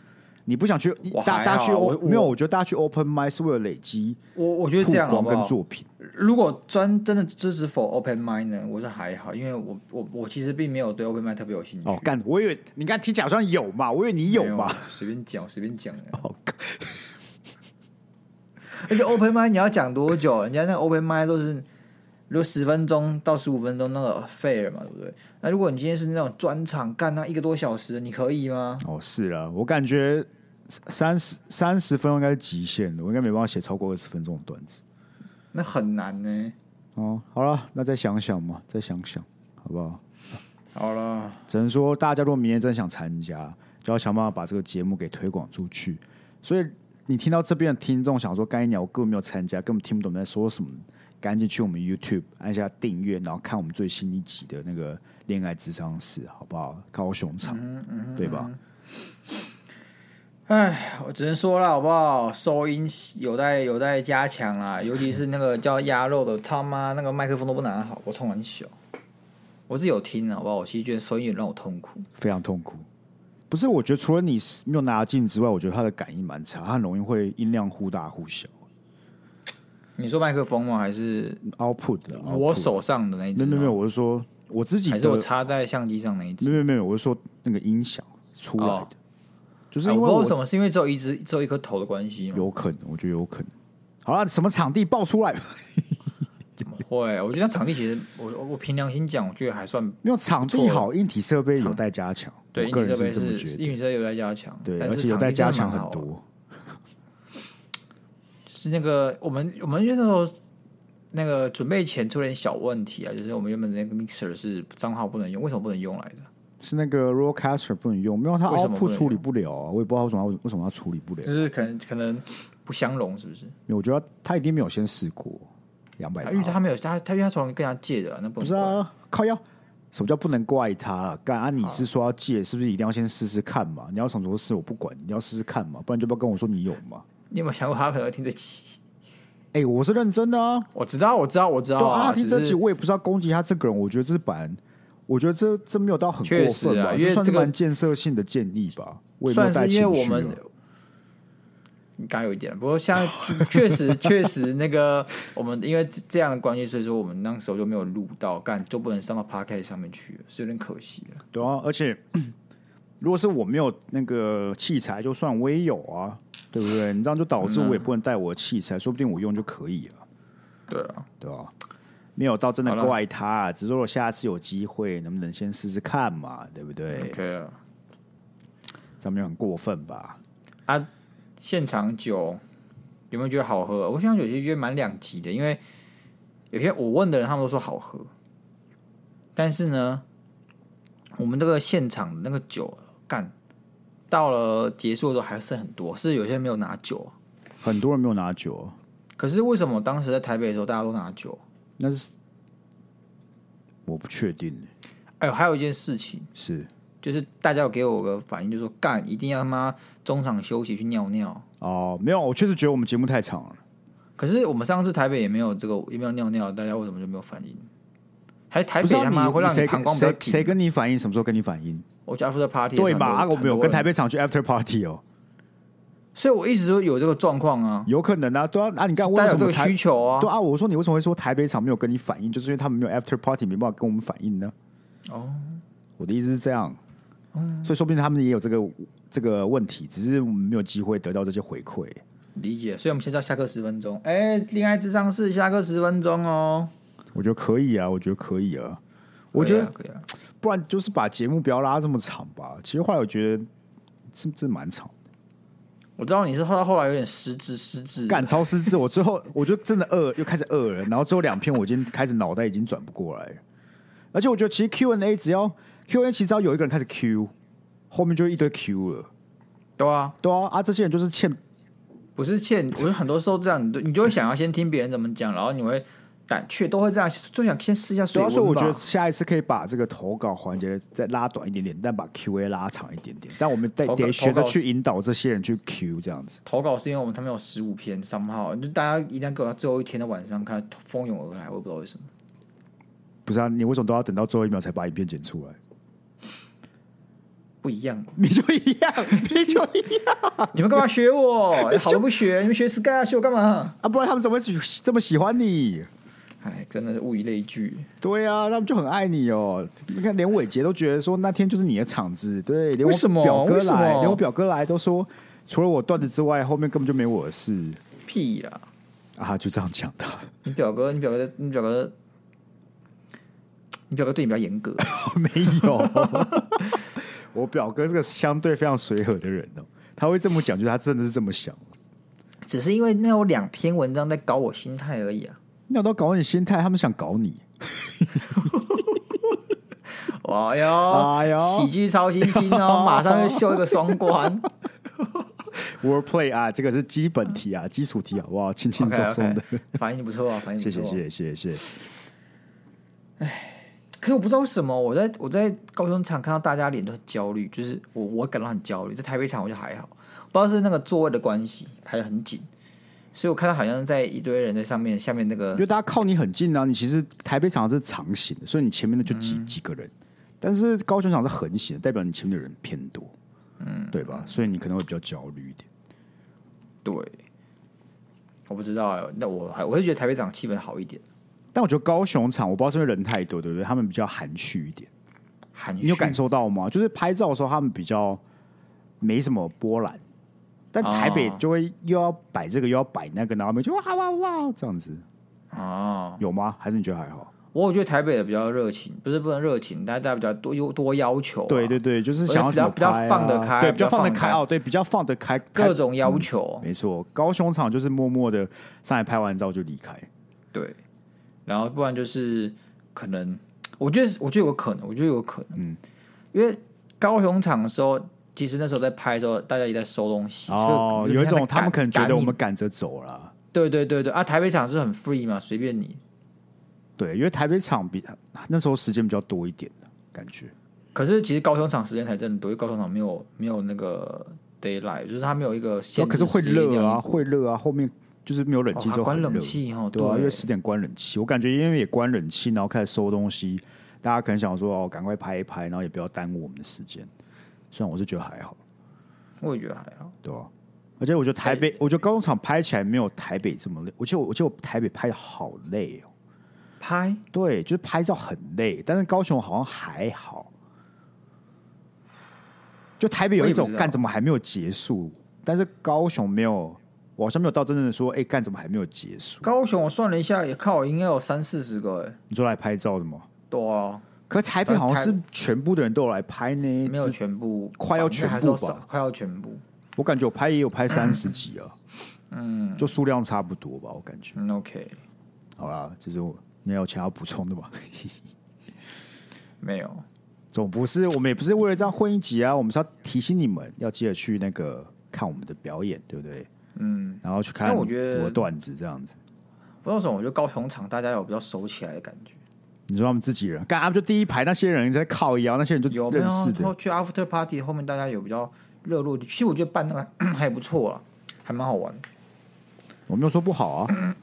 Speaker 1: 你不想去
Speaker 2: 我
Speaker 1: 大
Speaker 2: 还
Speaker 1: 大家去
Speaker 2: 好
Speaker 1: o,
Speaker 2: 我
Speaker 1: 没有？我觉得大家去 open m i 是为了累积
Speaker 2: 我我觉得
Speaker 1: 曝
Speaker 2: 这样好
Speaker 1: 光
Speaker 2: 不
Speaker 1: 跟
Speaker 2: 好？
Speaker 1: 作品。
Speaker 2: 如果专真的支持否 open m i 呢，我是还好，因为我我我其实并没有对 open m i 特别有兴趣。
Speaker 1: 哦，干！我以为你刚才听起来好像有嘛，我以为你有
Speaker 2: 没
Speaker 1: 嘛。？
Speaker 2: 随便讲，随便讲的。
Speaker 1: 哦
Speaker 2: 而且 open m i 你要讲多久？人家那个 open m i 都是如果十分钟到十五分钟那个费了嘛，对不对？那如果你今天是那种专场干那一个多小时，你可以吗？
Speaker 1: 哦，是啊，我感觉三十三十分钟应该是极限了，我应该没办法写超过二十分钟的段子。
Speaker 2: 那很难呢、
Speaker 1: 哦，好了，那再想想嘛，再想想，好不好？
Speaker 2: 好了，
Speaker 1: 只能说大家如果明天真想参加，就要想办法把这个节目给推广出去。所以你听到这边的听众想说，干鸟我根本没有参加，根本听不懂你在说什么，赶紧去我们 YouTube 按下订阅，然后看我们最新一集的那个恋爱智商室，好不好？高雄场，
Speaker 2: 嗯
Speaker 1: 对吧？
Speaker 2: 哎，我只能说了，好不好？收音有待有待加强啦，尤其是那个叫鸭肉的，他妈那个麦克风都不拿好，我冲很小。我自己有听，好不好？我其实觉得收音有点让我痛苦。
Speaker 1: 非常痛苦。不是，我觉得除了你没有拿劲之外，我觉得他的感应蛮差，他很容易会音量忽大忽小。
Speaker 2: 你说麦克风吗？还是
Speaker 1: output 的 output，
Speaker 2: 哦我手上的那一
Speaker 1: 没
Speaker 2: 只
Speaker 1: 有
Speaker 2: 吗？
Speaker 1: 没有没有，我是说我自己
Speaker 2: 还
Speaker 1: 的
Speaker 2: 是我插在相机上那一
Speaker 1: 没
Speaker 2: 只？
Speaker 1: 有没有，我是说那个音响出来的，
Speaker 2: 哦
Speaker 1: 就是
Speaker 2: 哎
Speaker 1: 因
Speaker 2: 我不
Speaker 1: 为
Speaker 2: 知道
Speaker 1: 我
Speaker 2: 为什么，是因为只有一只，只有一颗头的关系吗？
Speaker 1: 有可能，我觉得有可能。好了，什么场地爆出来？
Speaker 2: 怎么会，我觉得场地其实，我我我凭良心讲，我觉得还算
Speaker 1: 因为场地好，硬体设备有待加强，
Speaker 2: 对。
Speaker 1: 我
Speaker 2: 硬
Speaker 1: 个
Speaker 2: 体
Speaker 1: 人
Speaker 2: 设备
Speaker 1: 这么
Speaker 2: 是
Speaker 1: 觉
Speaker 2: 硬
Speaker 1: 得。
Speaker 2: 体设备有待加强，
Speaker 1: 对，
Speaker 2: 但
Speaker 1: 而且
Speaker 2: 是
Speaker 1: 有
Speaker 2: 场
Speaker 1: 待
Speaker 2: 地
Speaker 1: 加
Speaker 2: 真的
Speaker 1: 强
Speaker 2: 蛮
Speaker 1: 很
Speaker 2: 好玩。
Speaker 1: 多。
Speaker 2: 是那个我们我们那时候那个准备前出了点小问题啊，就是我们原本的那个 mixer 是账号不能用，为什么不能用来着？
Speaker 1: 是那个 Rodecaster 不能用，没有它
Speaker 2: 为什么不
Speaker 1: output
Speaker 2: 能
Speaker 1: 处理不了啊，我也不知道为什么它为什么它处理不了
Speaker 2: 就。是可能可能不相容，是不是？
Speaker 1: 没有我觉得它一定没有先试过两百
Speaker 2: 他因为
Speaker 1: 趴，
Speaker 2: 他没有他他因为他从跟人家借的啊、那
Speaker 1: 不
Speaker 2: 不能
Speaker 1: 是
Speaker 2: 怪
Speaker 1: 啊，靠腰。什么叫不能怪他啊？干啊！你是说要借，是不是一定要先试试看嘛？你要什么时候试我不管，你要试试看嘛，不然就不要跟我说你有嘛。
Speaker 2: 你有没有想过他可能会听得起？
Speaker 1: 哎、我是认真的啊，
Speaker 2: 我知道，我知道，我知道
Speaker 1: 对啊，他
Speaker 2: 只
Speaker 1: 听这集
Speaker 2: 是
Speaker 1: 我也不是要攻击他这个人，我觉得这是版，我觉得这这没有到很
Speaker 2: 确
Speaker 1: 过
Speaker 2: 实
Speaker 1: 分
Speaker 2: 啊
Speaker 1: 吧，
Speaker 2: 因为
Speaker 1: 这算是
Speaker 2: 这个
Speaker 1: 蛮建设性的建议吧，我也没
Speaker 2: 算
Speaker 1: 有带
Speaker 2: 是因
Speaker 1: 情
Speaker 2: 为
Speaker 1: 绪、啊
Speaker 2: 我们。刚有一点，不过现在确实确实那个我们因为这这样的关系，所以说我们那时候就没有录到，干就不能上到 podcast 上面去了，是有点可惜了。
Speaker 1: 对啊，而且 如果是我没有那个器材，就算我也有啊，对不对？你这样就导致我也不能带我的器材，说不定我用就可以了，
Speaker 2: 对啊，
Speaker 1: 对吧、没有到真
Speaker 2: 好
Speaker 1: 的
Speaker 2: 了
Speaker 1: 怪他、啊只是说我下次有机会能不能先试试看嘛，对不对？
Speaker 2: OK 啊，
Speaker 1: 咱们就很过分吧？
Speaker 2: 啊，现场酒有没有觉得好喝？我现场酒其实觉得蛮两极的，因为有些我问的人他们都说好喝，但是呢，我们这个现场的那个酒干到了结束的时候还剩很多，是有些人没有拿酒啊、
Speaker 1: 很多人没有拿酒，
Speaker 2: 可是为什么当时在台北的时候大家都拿酒？
Speaker 1: 那是我不确定，
Speaker 2: 哎呦，还有一件事情，
Speaker 1: 是
Speaker 2: 就是大家有给我个反应，就是说干一定要他妈中场休息去尿尿。
Speaker 1: 哦，没有，我确实觉得我们节目太长了。
Speaker 2: 可是我们上次台北也没有这个，也没有尿尿，大家为什么就没有反应？哎还台
Speaker 1: 不
Speaker 2: 北
Speaker 1: 是啊
Speaker 2: 他妈
Speaker 1: 你
Speaker 2: 会让
Speaker 1: 谁
Speaker 2: 你
Speaker 1: 跟
Speaker 2: 膀胱比较
Speaker 1: 谁
Speaker 2: 紧
Speaker 1: 谁。跟你反应？什么时候跟你反应？
Speaker 2: 我家附的 party
Speaker 1: 对嘛？啊，我们有跟台
Speaker 2: 北，
Speaker 1: 北厂去 after party 哦，
Speaker 2: 所以我一直都有这个状况啊，
Speaker 1: 有可能啊，对啊，啊，你刚刚
Speaker 2: 大
Speaker 1: 问
Speaker 2: 家
Speaker 1: 什
Speaker 2: 有这
Speaker 1: 么
Speaker 2: 个
Speaker 1: 台
Speaker 2: 需？求啊
Speaker 1: 对。啊，我说你为什么会说台北厂没有跟你反应，就是因为他们没有 after party，没办法跟我们反应呢？
Speaker 2: 哦，
Speaker 1: 我的意思是这样，所以说不定他们也有这个这个问题，只是我们没有机会得到这些回馈。
Speaker 2: 理解。所以我们现在要下课十分钟。哎，恋爱智商是下课十分钟哦。
Speaker 1: 我觉得可以啊，我觉得可以啊，我觉
Speaker 2: 可以
Speaker 1: 得
Speaker 2: 啊可以啊。
Speaker 1: 不然就是把节目不要拉这么长吧。其实后来我觉得是这蛮长的。
Speaker 2: 我知道你是到后来有点失智失智，
Speaker 1: 赶超失智，我最后我就真的饿，又开始饿了。然后最后两篇我已经开始脑袋已经转不过来了，而且我觉得其实 Q&A 只要 Q&A 其实只要有一个人开始 Q，后面就一堆 Q 了。
Speaker 2: 对啊，
Speaker 1: 对啊，啊，这些人就是欠
Speaker 2: 不是欠， 我是很多时候这样，你就你就会想要先听别人怎么讲，然后你会胆怯，都会这样，就想先试一下
Speaker 1: 主
Speaker 2: 水
Speaker 1: 要
Speaker 2: 温
Speaker 1: 是
Speaker 2: 吧。
Speaker 1: 啊我觉得下一次可以把这个投稿环节再拉短一点点，但把 Q&A 拉长一点点。但我们得
Speaker 2: 投稿
Speaker 1: 得学着
Speaker 2: 投稿是
Speaker 1: 去引导这些人去 Q 这样子。
Speaker 2: 投稿是因为我们他们有十五篇三号，就大家一定要给我到最后一天的晚上看，蜂拥而来，我也不知道为什么。
Speaker 1: 不是啊，你为什么都要等到最后一秒才把影片剪出来？
Speaker 2: 不一样，
Speaker 1: 你就一样，你就一样
Speaker 2: 你们干嘛学我？好都 不学，你们学 Sky 学我干嘛？
Speaker 1: 啊，不然他们怎么会喜这么喜欢你？
Speaker 2: 哎，真的是物以类聚。
Speaker 1: 对啊，他们就很爱你哦。你看，连伟杰都觉得说那天就是你的场子，对，连
Speaker 2: 为什么
Speaker 1: 我表哥
Speaker 2: 为什
Speaker 1: 来，
Speaker 2: 么
Speaker 1: 连我表哥来都说，除了我段子之外，后面根本就没我的事
Speaker 2: 屁啦！
Speaker 1: 啊，就这样讲的。
Speaker 2: 你表哥，你表哥，你表哥，你表哥对你比较 严格。
Speaker 1: 没有，我表哥是个相对非常随和的人哦，他会这么讲，就是他真的是这么想。
Speaker 2: 只是因为那有两篇文章在搞我心态而已啊！
Speaker 1: 那都搞你心态，他们想搞你。
Speaker 2: 哎呦，
Speaker 1: 哎呦
Speaker 2: 喜剧超新星 哦，马上就秀一个双关。
Speaker 1: Wordplay 啊，这个是基本题啊，基础题好不好？轻轻
Speaker 2: OK
Speaker 1: 松
Speaker 2: OK，
Speaker 1: 松的。
Speaker 2: 反应不错啊，反应
Speaker 1: 谢
Speaker 2: 不
Speaker 1: 谢
Speaker 2: 错。
Speaker 1: 谢谢谢谢。
Speaker 2: 可是我不知道为什么，我在我在高雄场看到大家脸都很焦虑，就是我我感到很焦虑。在台北场我就还好，不知道是那个座位的关系排的很紧，所以我看到好像在一堆人在上面，下面那个
Speaker 1: 因为大家靠你很近啊，你其实台北场是长型的，所以你前面的就几、
Speaker 2: 嗯
Speaker 1: 几个人，但是高雄场是横型的，代表你前面的人偏多，嗯，对吧？所以你可能会比较焦虑一点。
Speaker 2: 对，我不知道、欸，那我还我会觉得台北场气氛好一点，
Speaker 1: 但我觉得高雄场，我不知道是因为人太多，对不对？他们比较含蓄一点，
Speaker 2: 含蓄。
Speaker 1: 你有感受到吗？就是拍照的时候，他们比较没什么波澜，但台北
Speaker 2: 哦
Speaker 1: 就会又要摆这个又要摆那个，然后他们就哇哇哇这样子，
Speaker 2: 哦，
Speaker 1: 有吗？还是你觉得还好？
Speaker 2: 我觉得台北的比较热情，不是不能热情，但大家比较多有多要求、啊，
Speaker 1: 对对对，就是想要
Speaker 2: 比较
Speaker 1: 怎么拍啊
Speaker 2: 比较放得开
Speaker 1: 对，
Speaker 2: 比
Speaker 1: 比
Speaker 2: 较
Speaker 1: 较放得
Speaker 2: 放得
Speaker 1: 开
Speaker 2: 开
Speaker 1: 哦，对，比较放得开，
Speaker 2: 各
Speaker 1: 开
Speaker 2: 种要求，
Speaker 1: 没错。高雄场就是默默的上来拍完照就离开，
Speaker 2: 对，然后不然就是可能，我觉得我觉得有可能，我觉得有可能，嗯，因为高雄场的时候，其实那时候在拍的时候，大家也在收东西，
Speaker 1: 哦，
Speaker 2: 所以
Speaker 1: 有一
Speaker 2: 点像在
Speaker 1: 种他们
Speaker 2: 赶
Speaker 1: 可能觉
Speaker 2: 赶
Speaker 1: 得
Speaker 2: 你
Speaker 1: 我们赶着走了，
Speaker 2: 对对对对啊，台北场是很 free 嘛，随便你，
Speaker 1: 对，因为台北场比那时候时间比较多一点感觉。
Speaker 2: 可是其实高雄场时间才真的多，因为高雄场没有没有那个 d a y l i g h t 就是它没有一个限
Speaker 1: 哦
Speaker 2: 制
Speaker 1: 可是会
Speaker 2: 时间一定
Speaker 1: 热
Speaker 2: 要
Speaker 1: 啊，会热啊，后面就是没有冷
Speaker 2: 哦
Speaker 1: 气
Speaker 2: 还
Speaker 1: 之后
Speaker 2: 关
Speaker 1: 很
Speaker 2: 冷
Speaker 1: 热，
Speaker 2: 气哦，
Speaker 1: 对啊，因为十点关冷气，我感觉因为也关冷气，然后开始收东西，大家可能想说哦，赶快拍一拍，然后也不要耽误我们的时间。虽然我是觉得还好，
Speaker 2: 我也觉得还好。
Speaker 1: 对啊？而且我觉得台北，我觉得高中场拍起来没有台北这么累。我记得我，我记得我台北拍的好累哦。
Speaker 2: 拍
Speaker 1: 对，就是拍照很累，但是高雄好像还好。就台北有一
Speaker 2: 我也不
Speaker 1: 种
Speaker 2: 知道
Speaker 1: 干怎么还没有结束，但是高雄没有，我好像没有到真正的说，哎、干怎么还没有结束？
Speaker 2: 高雄，我算了一下，也靠应该有三四十个哎、
Speaker 1: 你说来拍照的吗？
Speaker 2: 对啊，
Speaker 1: 可台北好像是全部的人都有来拍呢，
Speaker 2: 没有
Speaker 1: 只
Speaker 2: 全部，
Speaker 1: 快要全部吧
Speaker 2: 应该还是有少快要全部。
Speaker 1: 我感觉我拍也有拍三十几啊，嗯，就数量差不多吧，我感觉。
Speaker 2: 嗯，OK，
Speaker 1: 好啦，这是我你有其他要补充的吗？
Speaker 2: 没有，
Speaker 1: 总不是我们也不是为了这样混一集啊，我们是要提醒你们要记得去那个看我们的表演，对不对？嗯，然后去看
Speaker 2: 但我觉得
Speaker 1: 我的段子这样子。
Speaker 2: 不知道为什么，我觉得高雄场大家有比较熟起来的感觉。
Speaker 1: 你说他们自己人，干他们啊就第一排那些人在靠腰，那些人就
Speaker 2: 有没有
Speaker 1: 认识的
Speaker 2: 说去 after party 后面大家有比较热络？其实我觉得办那个还 不错啊，还蛮好玩。
Speaker 1: 我没有说不好啊，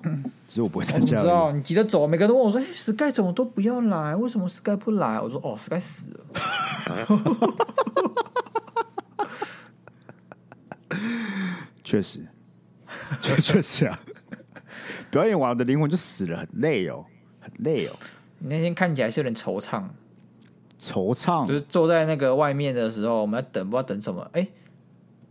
Speaker 1: 只是我不会
Speaker 2: 我
Speaker 1: 参
Speaker 2: 怎
Speaker 1: 加而已。
Speaker 2: 么知道？你急着走，每个人都问我说：“哎、s k y 怎么都不要来？为什么 Sky 不来？”我说：“哦，Sky 死了。
Speaker 1: 确实，确确实啊，表演完我的灵魂就死了，很累哦，很累哦，”
Speaker 2: 你那天看起来是有点惆怅，
Speaker 1: 惆怅
Speaker 2: 就。是坐在那个外面的时候，我们要等，不知道等什么。哎、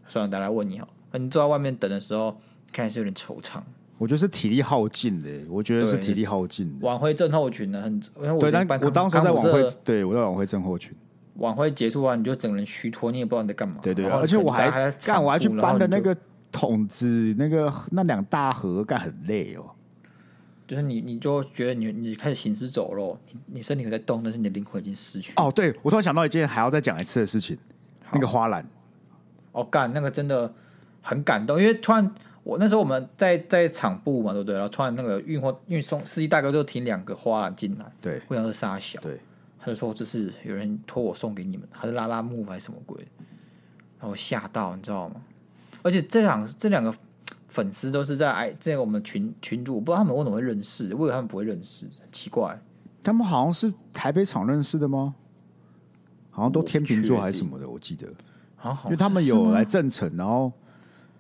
Speaker 2: 算了，等下来问你好。你坐在外面等的时候，看起来是有点惆怅。
Speaker 1: 我觉得是体力耗尽的，我觉得是
Speaker 2: 对
Speaker 1: 体力耗尽的。
Speaker 2: 晚会症候群呢，很，因为我
Speaker 1: 对，
Speaker 2: 是
Speaker 1: 但
Speaker 2: 办
Speaker 1: 我
Speaker 2: 康
Speaker 1: 当时在晚
Speaker 2: 康复
Speaker 1: 会
Speaker 2: 社，
Speaker 1: 对我在晚会症候群。
Speaker 2: 晚会结束完，你就整个人虚脱，你也不知道你在干嘛。
Speaker 1: 对对，
Speaker 2: 然后
Speaker 1: 而且我
Speaker 2: 可能大
Speaker 1: 还
Speaker 2: 家还在
Speaker 1: 干，我还去
Speaker 2: 产妇然
Speaker 1: 搬
Speaker 2: 后
Speaker 1: 了
Speaker 2: 你
Speaker 1: 那
Speaker 2: 就
Speaker 1: 个桶子，那个那两大盒，干很累哦。
Speaker 2: 就是你，你就觉得你你开始行尸走肉，你你身体有在动，但是你的灵魂已经失去。
Speaker 1: 哦，对，我突然想到一件还要再讲一次的事情，那个花篮，
Speaker 2: 哦，干那个真的很感动，因为突然我那时候我们在在厂部嘛，对不对？然后突然那个运货运送司机大哥就停两个花篮进来，
Speaker 1: 对
Speaker 2: 我想是傻小，
Speaker 1: 对，
Speaker 2: 他就说这是有人托我送给你们，还是拉拉木还是什么鬼？然后我吓到，你知道吗？而且这两这两个粉丝都是在哎，这个我们群群主，我不知道他们为什么会认识，我以为他们不会认识，很奇怪。
Speaker 1: 他们好像是台北场认识的吗？好像都天秤座还是什么的，我记
Speaker 2: 哦
Speaker 1: 得，
Speaker 2: 然后
Speaker 1: 因为他们有来正城，然后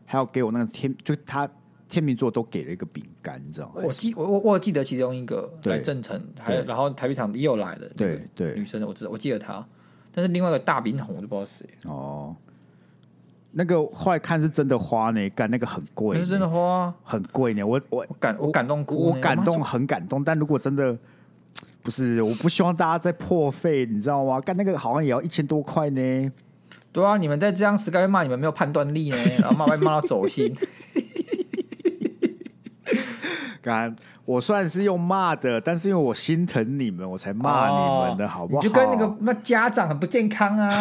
Speaker 1: 还有给我那个天，就他天秤座都给了一个饼干，你知道吗？
Speaker 2: 我记我我我有记得其中一个
Speaker 1: 对
Speaker 2: 来郑城，还
Speaker 1: 对
Speaker 2: 然后台北场也有来的，
Speaker 1: 对对
Speaker 2: 女生我知道我记得她，但是另外一个大饼红我就不知道谁，
Speaker 1: 哦，那个后来看是真的花呢，干那个很贵
Speaker 2: 那
Speaker 1: 呢，
Speaker 2: 是真的花，
Speaker 1: 很贵呢，我我
Speaker 2: 我感我感动哭呢，
Speaker 1: 我感
Speaker 2: 妈
Speaker 1: 动，很感动。但如果真的不是，我不希望大家再破费，你知道吗？干那个好像也要一千多块呢。
Speaker 2: 说，对啊，你们在这样 Sky 骂你们没有判断力呢，然后骂被骂到走心，
Speaker 1: 干，我虽然是用骂的，但是因为我心疼你们，我才骂你们的、
Speaker 2: 哦
Speaker 1: 好不好？
Speaker 2: 你就跟那个那家长很不健康 啊，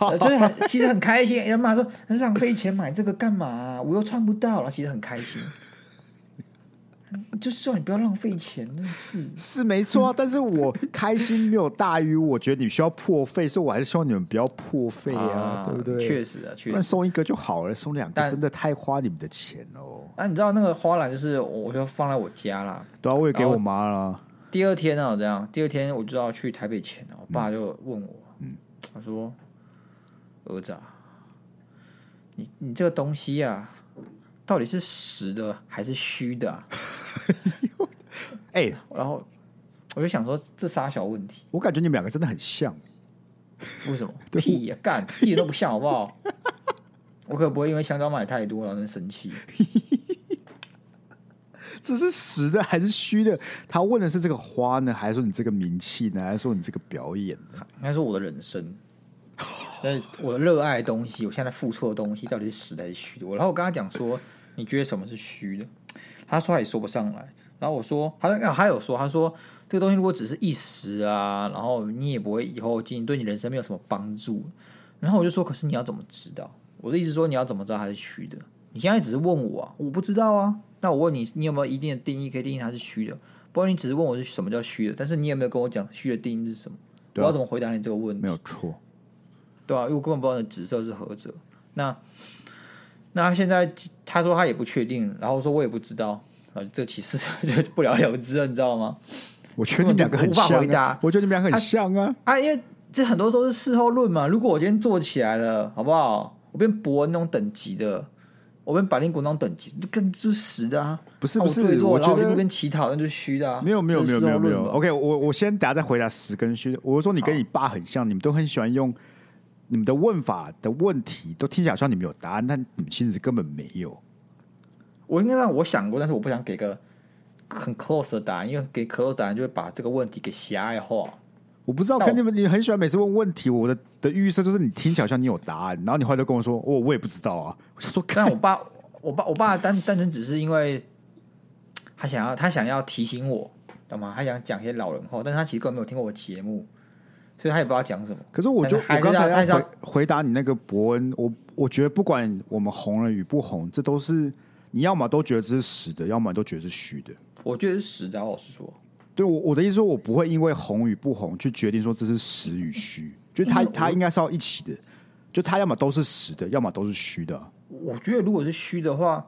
Speaker 2: 呃就是很其实很开心，人骂说很浪费钱买这个干嘛啊、我又穿不到，然后其实很开心，就是说你不要浪费钱，真是。
Speaker 1: 是没错、啊， 但是我开心没有大于我觉得你需要破费，所以我还是希望你们不要破费啊，对不对？
Speaker 2: 确实啊，
Speaker 1: 不
Speaker 2: 确实
Speaker 1: 然。送一个就好了，送两个
Speaker 2: 但
Speaker 1: 真的太花你们的钱哦。
Speaker 2: 啊，你知道那个花篮就是我我就放在我家啦。
Speaker 1: 对啊，我也给
Speaker 2: 然后
Speaker 1: 我妈了。
Speaker 2: 第二天啊，这样，第二天我就要去台北前啊了，我爸就问我，他说：“儿子、啊，你你这个东西啊，到底是实的还是虚的、啊
Speaker 1: 哎、？”
Speaker 2: 然后我就想说，这仨小问题，
Speaker 1: 我感觉你们两个真的很像。
Speaker 2: 为什么？屁呀、干一点都不像，好不好？我可不会因为香蕉买太多然后生气。
Speaker 1: 这是实的还是虚的？他问的是这个花呢，还是说你这个名气呢，还是说你这个表演呢？
Speaker 2: 应该说我的人生，但是我热爱的东西，我现在付出的东西到底是实的还是虚的？我然后我跟他讲说，你觉得什么是虚的？他说他也说不上来。然后我说，他说啊他有说，他说这个东西如果只是一时啊，然后你也不会以后进，对你人生没有什么帮助。然后我就说，可是你要怎么知道？我的意思是说，你要怎么知道它是虚的？你现在只是问我啊，我不知道啊。那我问你，你有没有一定的定义可以定义它是虚的？不然你只是问我是什么叫虚的，但是你有没有跟我讲虚的定义是什么？
Speaker 1: 对啊
Speaker 2: 我要怎么回答你这个问题？
Speaker 1: 没有错，
Speaker 2: 对啊，因为我根本不知道你的紫色是何者。那那他现在他说他也不确定，然后说我也不知道，啊，这其实 就不了了之了，你知道吗？
Speaker 1: 我觉得你们两个很
Speaker 2: 根本无法
Speaker 1: 像、
Speaker 2: 回答
Speaker 1: 啊，我觉得你们两个很像啊。
Speaker 2: 啊，因为这很多都是事后论嘛。如果我今天做起来了，好不好？我变博文那种等级的，我变百灵谷那种等级，这更就是实的啊。
Speaker 1: 不是
Speaker 2: 啊
Speaker 1: 不是
Speaker 2: 我做一做
Speaker 1: 我觉得
Speaker 2: 然后就跟乞讨，那就是虚的啊。
Speaker 1: 没有没有没有没有没有。
Speaker 2: o
Speaker 1: OK，我我先等下再回答实跟虚。我是说你跟你爸很像，你们都很喜欢用你们的问法的问题，都听起来好像你们有答案，但你们其实根本没有。
Speaker 2: 我应该让我想过，但是我不想给个很 close 的答案，因为给 close 答案就会把这个问题给狭隘化。
Speaker 1: 我不知道，
Speaker 2: 那我
Speaker 1: 跟你们你很喜欢每次问问题，我的的预设就是你听起来好像你有答案，然后你后来就跟我说，我、我也不知道啊。我想说，
Speaker 2: 但
Speaker 1: 看
Speaker 2: 我爸，我爸，我爸单单纯只是因为他想要，他想要提醒我，懂吗？他想讲一些老人话，但是他其实根本没有听过我节目，所以他也不知道讲什么。
Speaker 1: 可是我就我
Speaker 2: 但是还
Speaker 1: 刚
Speaker 2: 是要
Speaker 1: 才
Speaker 2: 还是
Speaker 1: 要
Speaker 2: 要
Speaker 1: 回回答你那个伯恩，我我觉得不管我们红了与不红，这都是你要么都觉得这是实的，要么你都觉得是虚的。
Speaker 2: 我觉得是实的啊，老实说，
Speaker 1: 对我我的意思说，我不会因为红与不红去决定说这是实与虚，就
Speaker 2: 嗯
Speaker 1: 它它应该是要一起的，就它要么都是实的，要么都是虚的啊。
Speaker 2: 我觉得如果是虚的话，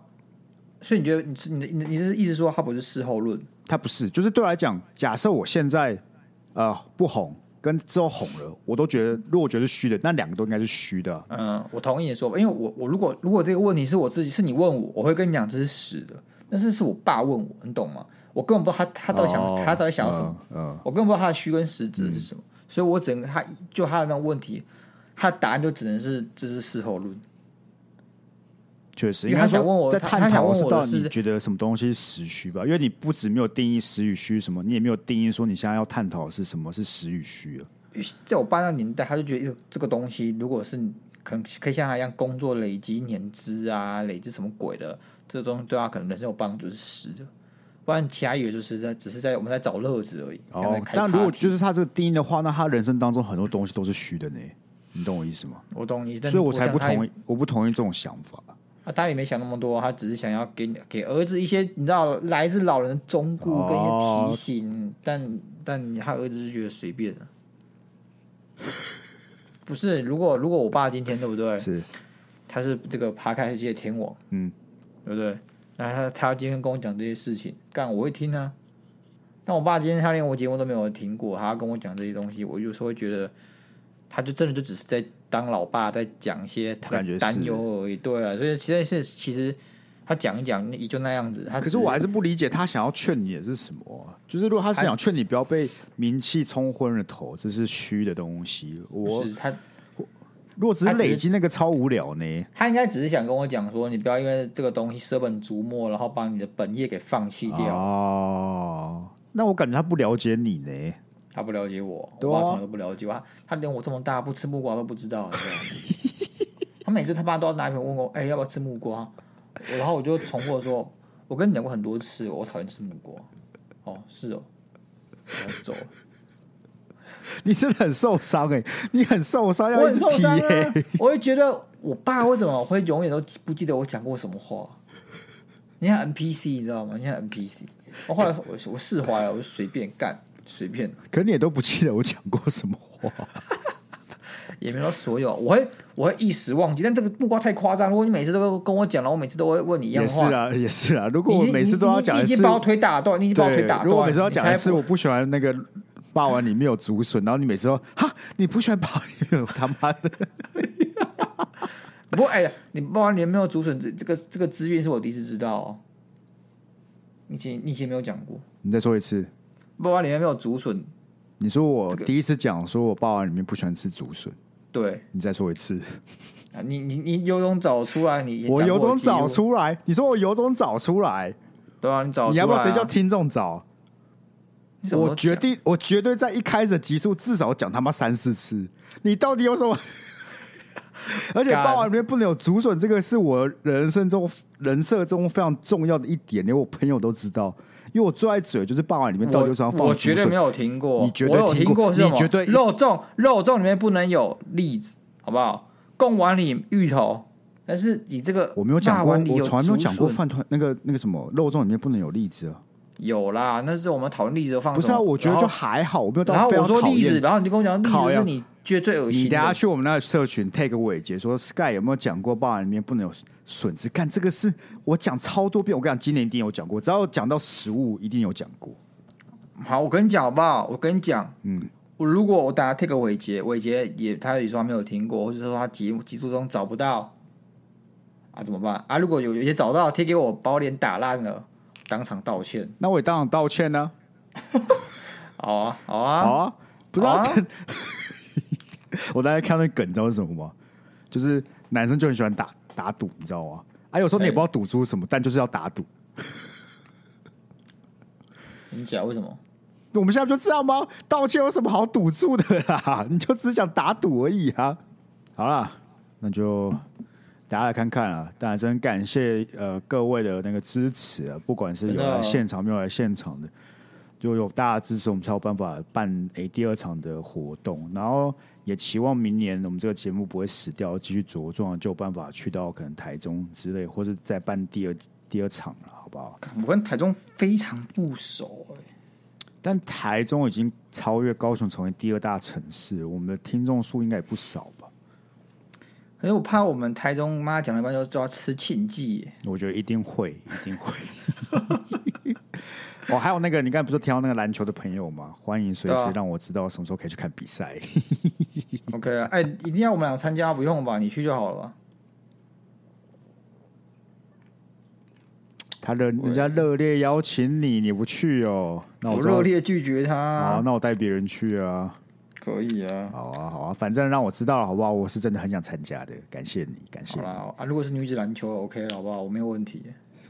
Speaker 2: 所以你觉得你是你的你的你是意思说他不是事后论？
Speaker 1: 它不是，就是对我来讲，假设我现在呃不红，跟之后红了，我都觉得如果我觉得是虚的，那两个都应该是虚的啊、
Speaker 2: 嗯，我同意你的说法，因为我我如果如果这个问题是我自己是你问我，我会跟你讲这是实的，但是是我爸问我，你懂吗？我根本不知道他他到底想、
Speaker 1: 哦
Speaker 2: 他到底想要什么。？
Speaker 1: 嗯、嗯
Speaker 2: 我根本不知道他的虚跟实指是什么，所以我只能他就他的那个问题，他的答案就只能是这是事后论。
Speaker 1: 确实，
Speaker 2: 因
Speaker 1: 应
Speaker 2: 为他
Speaker 1: 该
Speaker 2: 想问
Speaker 1: 说
Speaker 2: 我
Speaker 1: 在
Speaker 2: 他
Speaker 1: 探
Speaker 2: 他想
Speaker 1: 讨
Speaker 2: 问
Speaker 1: 是
Speaker 2: 我
Speaker 1: 到
Speaker 2: 的
Speaker 1: 底
Speaker 2: 是
Speaker 1: 你觉得什么东西是实虚吧？因为你不止没有定义实与虚什么，你也没有定义说你现在要探讨的是什么是实与虚了。
Speaker 2: 在我爸那年代，他就觉得这个东西，如果是可能可以像他一样工作累积年资啊，累积什么鬼的，这东西对他可能人生有帮助是实的。不然其他以为就是在只是在我们在找乐子而已。像在
Speaker 1: 哦，
Speaker 2: 开
Speaker 1: 但如果
Speaker 2: party
Speaker 1: 就是他这个定义的话，那他人生当中很多东西都是虚的呢，你懂我意思吗？
Speaker 2: 我懂你，但
Speaker 1: 所
Speaker 2: 是
Speaker 1: 以我才
Speaker 2: 想
Speaker 1: 不
Speaker 2: 他也
Speaker 1: 同意，我不同意这种想法。
Speaker 2: 啊，他也没想那么多，他只是想要给你给儿子一些你知道来自老人的忠告跟一些提醒，但但他儿子就觉得随便了。 不是，如果如果我爸今天对不对，
Speaker 1: 是
Speaker 2: 他是这个爬开世界的天王，
Speaker 1: 嗯，
Speaker 2: 对不对？那他他今天跟我讲这些事情，干我会听啊。但我爸今天他连我节目都没有听过，他跟我讲这些东西，我有时候会觉得，他就真的就只是在当老爸，在讲一些他
Speaker 1: 感觉
Speaker 2: 的
Speaker 1: 是
Speaker 2: 担忧而已。对啊，所以其实是其实他讲一讲也就那样子。他
Speaker 1: 可
Speaker 2: 只
Speaker 1: 是我还是不理解他想要劝你的是什么啊、就是如果他是想劝你不要被名气冲昏了头，这是虚的东西。我
Speaker 2: 不是他
Speaker 1: 如果只是
Speaker 2: 他只是
Speaker 1: 累积那个超无聊呢？
Speaker 2: 他应该只是想跟我讲说，你不要因为这个东西舍本逐末，然后把你的本业给放弃掉。
Speaker 1: 哦，那我感觉他不了解你呢。
Speaker 2: 他不了解我，
Speaker 1: 对
Speaker 2: 我
Speaker 1: 啊
Speaker 2: 爸从来都不了解我，他他连我这么大不吃木瓜都不知道。你知道吗 他每次他爸都要拿一瓶问我，哎、要不要吃木瓜？我然后我就重复地说，我跟你讲过很多次，我讨厌吃木瓜。哦，是哦，然后就走了。
Speaker 1: 你真的很受伤哎、你很受伤，
Speaker 2: 我
Speaker 1: 要一
Speaker 2: 很
Speaker 1: 直
Speaker 2: 受
Speaker 1: 踢
Speaker 2: 伤啊
Speaker 1: 耶、！
Speaker 2: 我会觉得我爸为什么会永远都不记得我讲过什么话？你像 NPC 你知道吗？你像 NPC。我后来我我释怀了，我就随便干，随便。
Speaker 1: 可你也都不记得我讲过什么 话。
Speaker 2: 也没有所有，我会我会一时忘记，但这个木瓜太夸张。如果你每次都跟我讲了，我每次都会问你一样
Speaker 1: 也
Speaker 2: 的
Speaker 1: 是
Speaker 2: 话，
Speaker 1: 啦，也是啊啦。如
Speaker 2: 你
Speaker 1: 果
Speaker 2: 已
Speaker 1: 我
Speaker 2: 经
Speaker 1: 每次都要讲
Speaker 2: 你
Speaker 1: 一
Speaker 2: 已经
Speaker 1: 次，
Speaker 2: 把我推打断，你已经把我
Speaker 1: 对
Speaker 2: 推打，断。
Speaker 1: 如果每次都要讲一次，
Speaker 2: 你才
Speaker 1: 我不喜欢那个霸王里面有竹笋，然后你每次都哈，你不喜欢霸王里面有他妈的。
Speaker 2: 不过哎呀，你包完连没有竹笋这这个这个资源是我第一次知道哦。你以前你以前没有讲过，
Speaker 1: 你再说一次。
Speaker 2: 包完连没有竹笋，
Speaker 1: 你说我第一次讲说我霸王里面不喜欢吃竹笋，
Speaker 2: 对，
Speaker 1: 你再说一次。
Speaker 2: 啊你你你有种找出来，你
Speaker 1: 我有种找
Speaker 2: 出。
Speaker 1: 出来，你说我有种找出来，
Speaker 2: 对啊，你找
Speaker 1: 你要不要
Speaker 2: 出
Speaker 1: 直
Speaker 2: 来
Speaker 1: 接叫
Speaker 2: 啊
Speaker 1: 听众找？
Speaker 2: 你什么
Speaker 1: 我
Speaker 2: 都
Speaker 1: 决
Speaker 2: 讲
Speaker 1: 定，我绝对在一开始的集数至少讲他妈三四次。你到底有什么？ 而且
Speaker 2: 干
Speaker 1: 霸王里面不能有竹笋，这个是我人生中人设中非常重要的一点，连我朋友都知道。因为我最爱嘴就是霸王里面到底有什么
Speaker 2: 我
Speaker 1: 放
Speaker 2: 我
Speaker 1: 竹笋
Speaker 2: 绝对没有听过，
Speaker 1: 你绝对
Speaker 2: 我有
Speaker 1: 听
Speaker 2: 听
Speaker 1: 过
Speaker 2: 是什么？
Speaker 1: 你绝对
Speaker 2: 肉粽，肉粽里面不能有栗子，好不好？贡丸里芋头，但是你这个
Speaker 1: 我没有讲过，啊
Speaker 2: 辣丸里
Speaker 1: 我从来没有
Speaker 2: 竹
Speaker 1: 讲过
Speaker 2: 笋
Speaker 1: 饭团那个那个什么肉粽里面不能有栗子啊。
Speaker 2: 有啦，那是我们讨论栗子放
Speaker 1: 不是啊，
Speaker 2: 什么
Speaker 1: 我觉得就
Speaker 2: 然后
Speaker 1: 还好，我没有
Speaker 2: 然
Speaker 1: 到
Speaker 2: 后
Speaker 1: 非
Speaker 2: 我
Speaker 1: 常
Speaker 2: 说
Speaker 1: 讨
Speaker 2: 栗子，
Speaker 1: 厌。
Speaker 2: 然后你就跟我讲
Speaker 1: 烤
Speaker 2: 栗子
Speaker 1: 呀
Speaker 2: 是你觉得最恶
Speaker 1: 你
Speaker 2: 心
Speaker 1: 等下
Speaker 2: 的，
Speaker 1: 去我们那个社群 tag 伟杰说 Sky 有没有讲过霸王里面不能有笋子？干这个是我讲超多遍，我跟你讲，今年一定有讲过，只要讲到食物一定有讲过。
Speaker 2: 好，我跟你讲好不好？我跟你讲，
Speaker 1: 嗯，
Speaker 2: 我如果我打 take 伟杰，伟杰也他也说他没有听过，或者说他集集数中找不到，啊怎么办啊？如果有有些找到贴给我，把我脸打烂了，当场道歉。
Speaker 1: 那我也当场道歉呢、
Speaker 2: 好啊，好
Speaker 1: 啊。
Speaker 2: 啊，
Speaker 1: 好啊，不是、啊
Speaker 2: 好
Speaker 1: 我大家看那梗，你知道是什么吗？就是男生就很喜欢打打赌，你知道吗？啊，有时候你也不知道赌出什么，但就是要打赌。
Speaker 2: 你讲为什么？
Speaker 1: 我们现在就这样吗？道歉有什么好赌注的啦？你就只想打赌而已啊！好啦，那就大家来看看啊。当然，真感谢呃各位的那个支持啊，不管是有
Speaker 2: 真的
Speaker 1: 来
Speaker 2: 哦
Speaker 1: 现场没有来现场的，就有大家支持，我们才有办法办诶、第二场的活动。然后也期望明年我们这个节目不会死掉，继续茁壮，就有办法去到可能台中之类，或是再办第二第二场了，好不好？
Speaker 2: 我跟台中非常不熟、欸，
Speaker 1: 但台中已经超越高雄成为第二大城市，我们的听众数应该也不少吧？
Speaker 2: 可是欸我怕我们台中妈讲了一半就就要吃庆记、欸
Speaker 1: 我觉得一定会， 一定会。 哦，还有那个，你刚才不是提到那个篮球的朋友吗？欢迎随
Speaker 2: 对
Speaker 1: 时
Speaker 2: 啊
Speaker 1: 让我知道什么时候可以去看比 赛。
Speaker 2: OK 了，哎、一定要我们俩参加？不用吧，你去就好了吧。
Speaker 1: 他热，人家热烈邀请你，你不去哦，那
Speaker 2: 我
Speaker 1: 我
Speaker 2: 热
Speaker 1: 烈。
Speaker 2: 烈啊拒绝他
Speaker 1: 好，，那我带别人去啊。
Speaker 2: 可以啊。
Speaker 1: 好啊，好啊，反正让我知道了，好不好？我是真的很想参加的，感谢你，感谢你。
Speaker 2: 好啦，啊，如果是女子篮球，OK 了，好不好？我没有问题。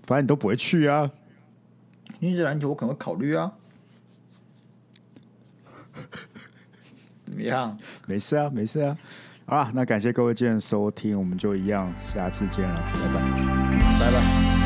Speaker 1: 反正你都不会去啊。
Speaker 2: 女子篮球我可能会考虑啊。 怎么样？
Speaker 1: 没事啊，没事啊。好啦，那感谢各位今天的收听，我们就一样，下次见了，拜拜。
Speaker 2: 拜拜。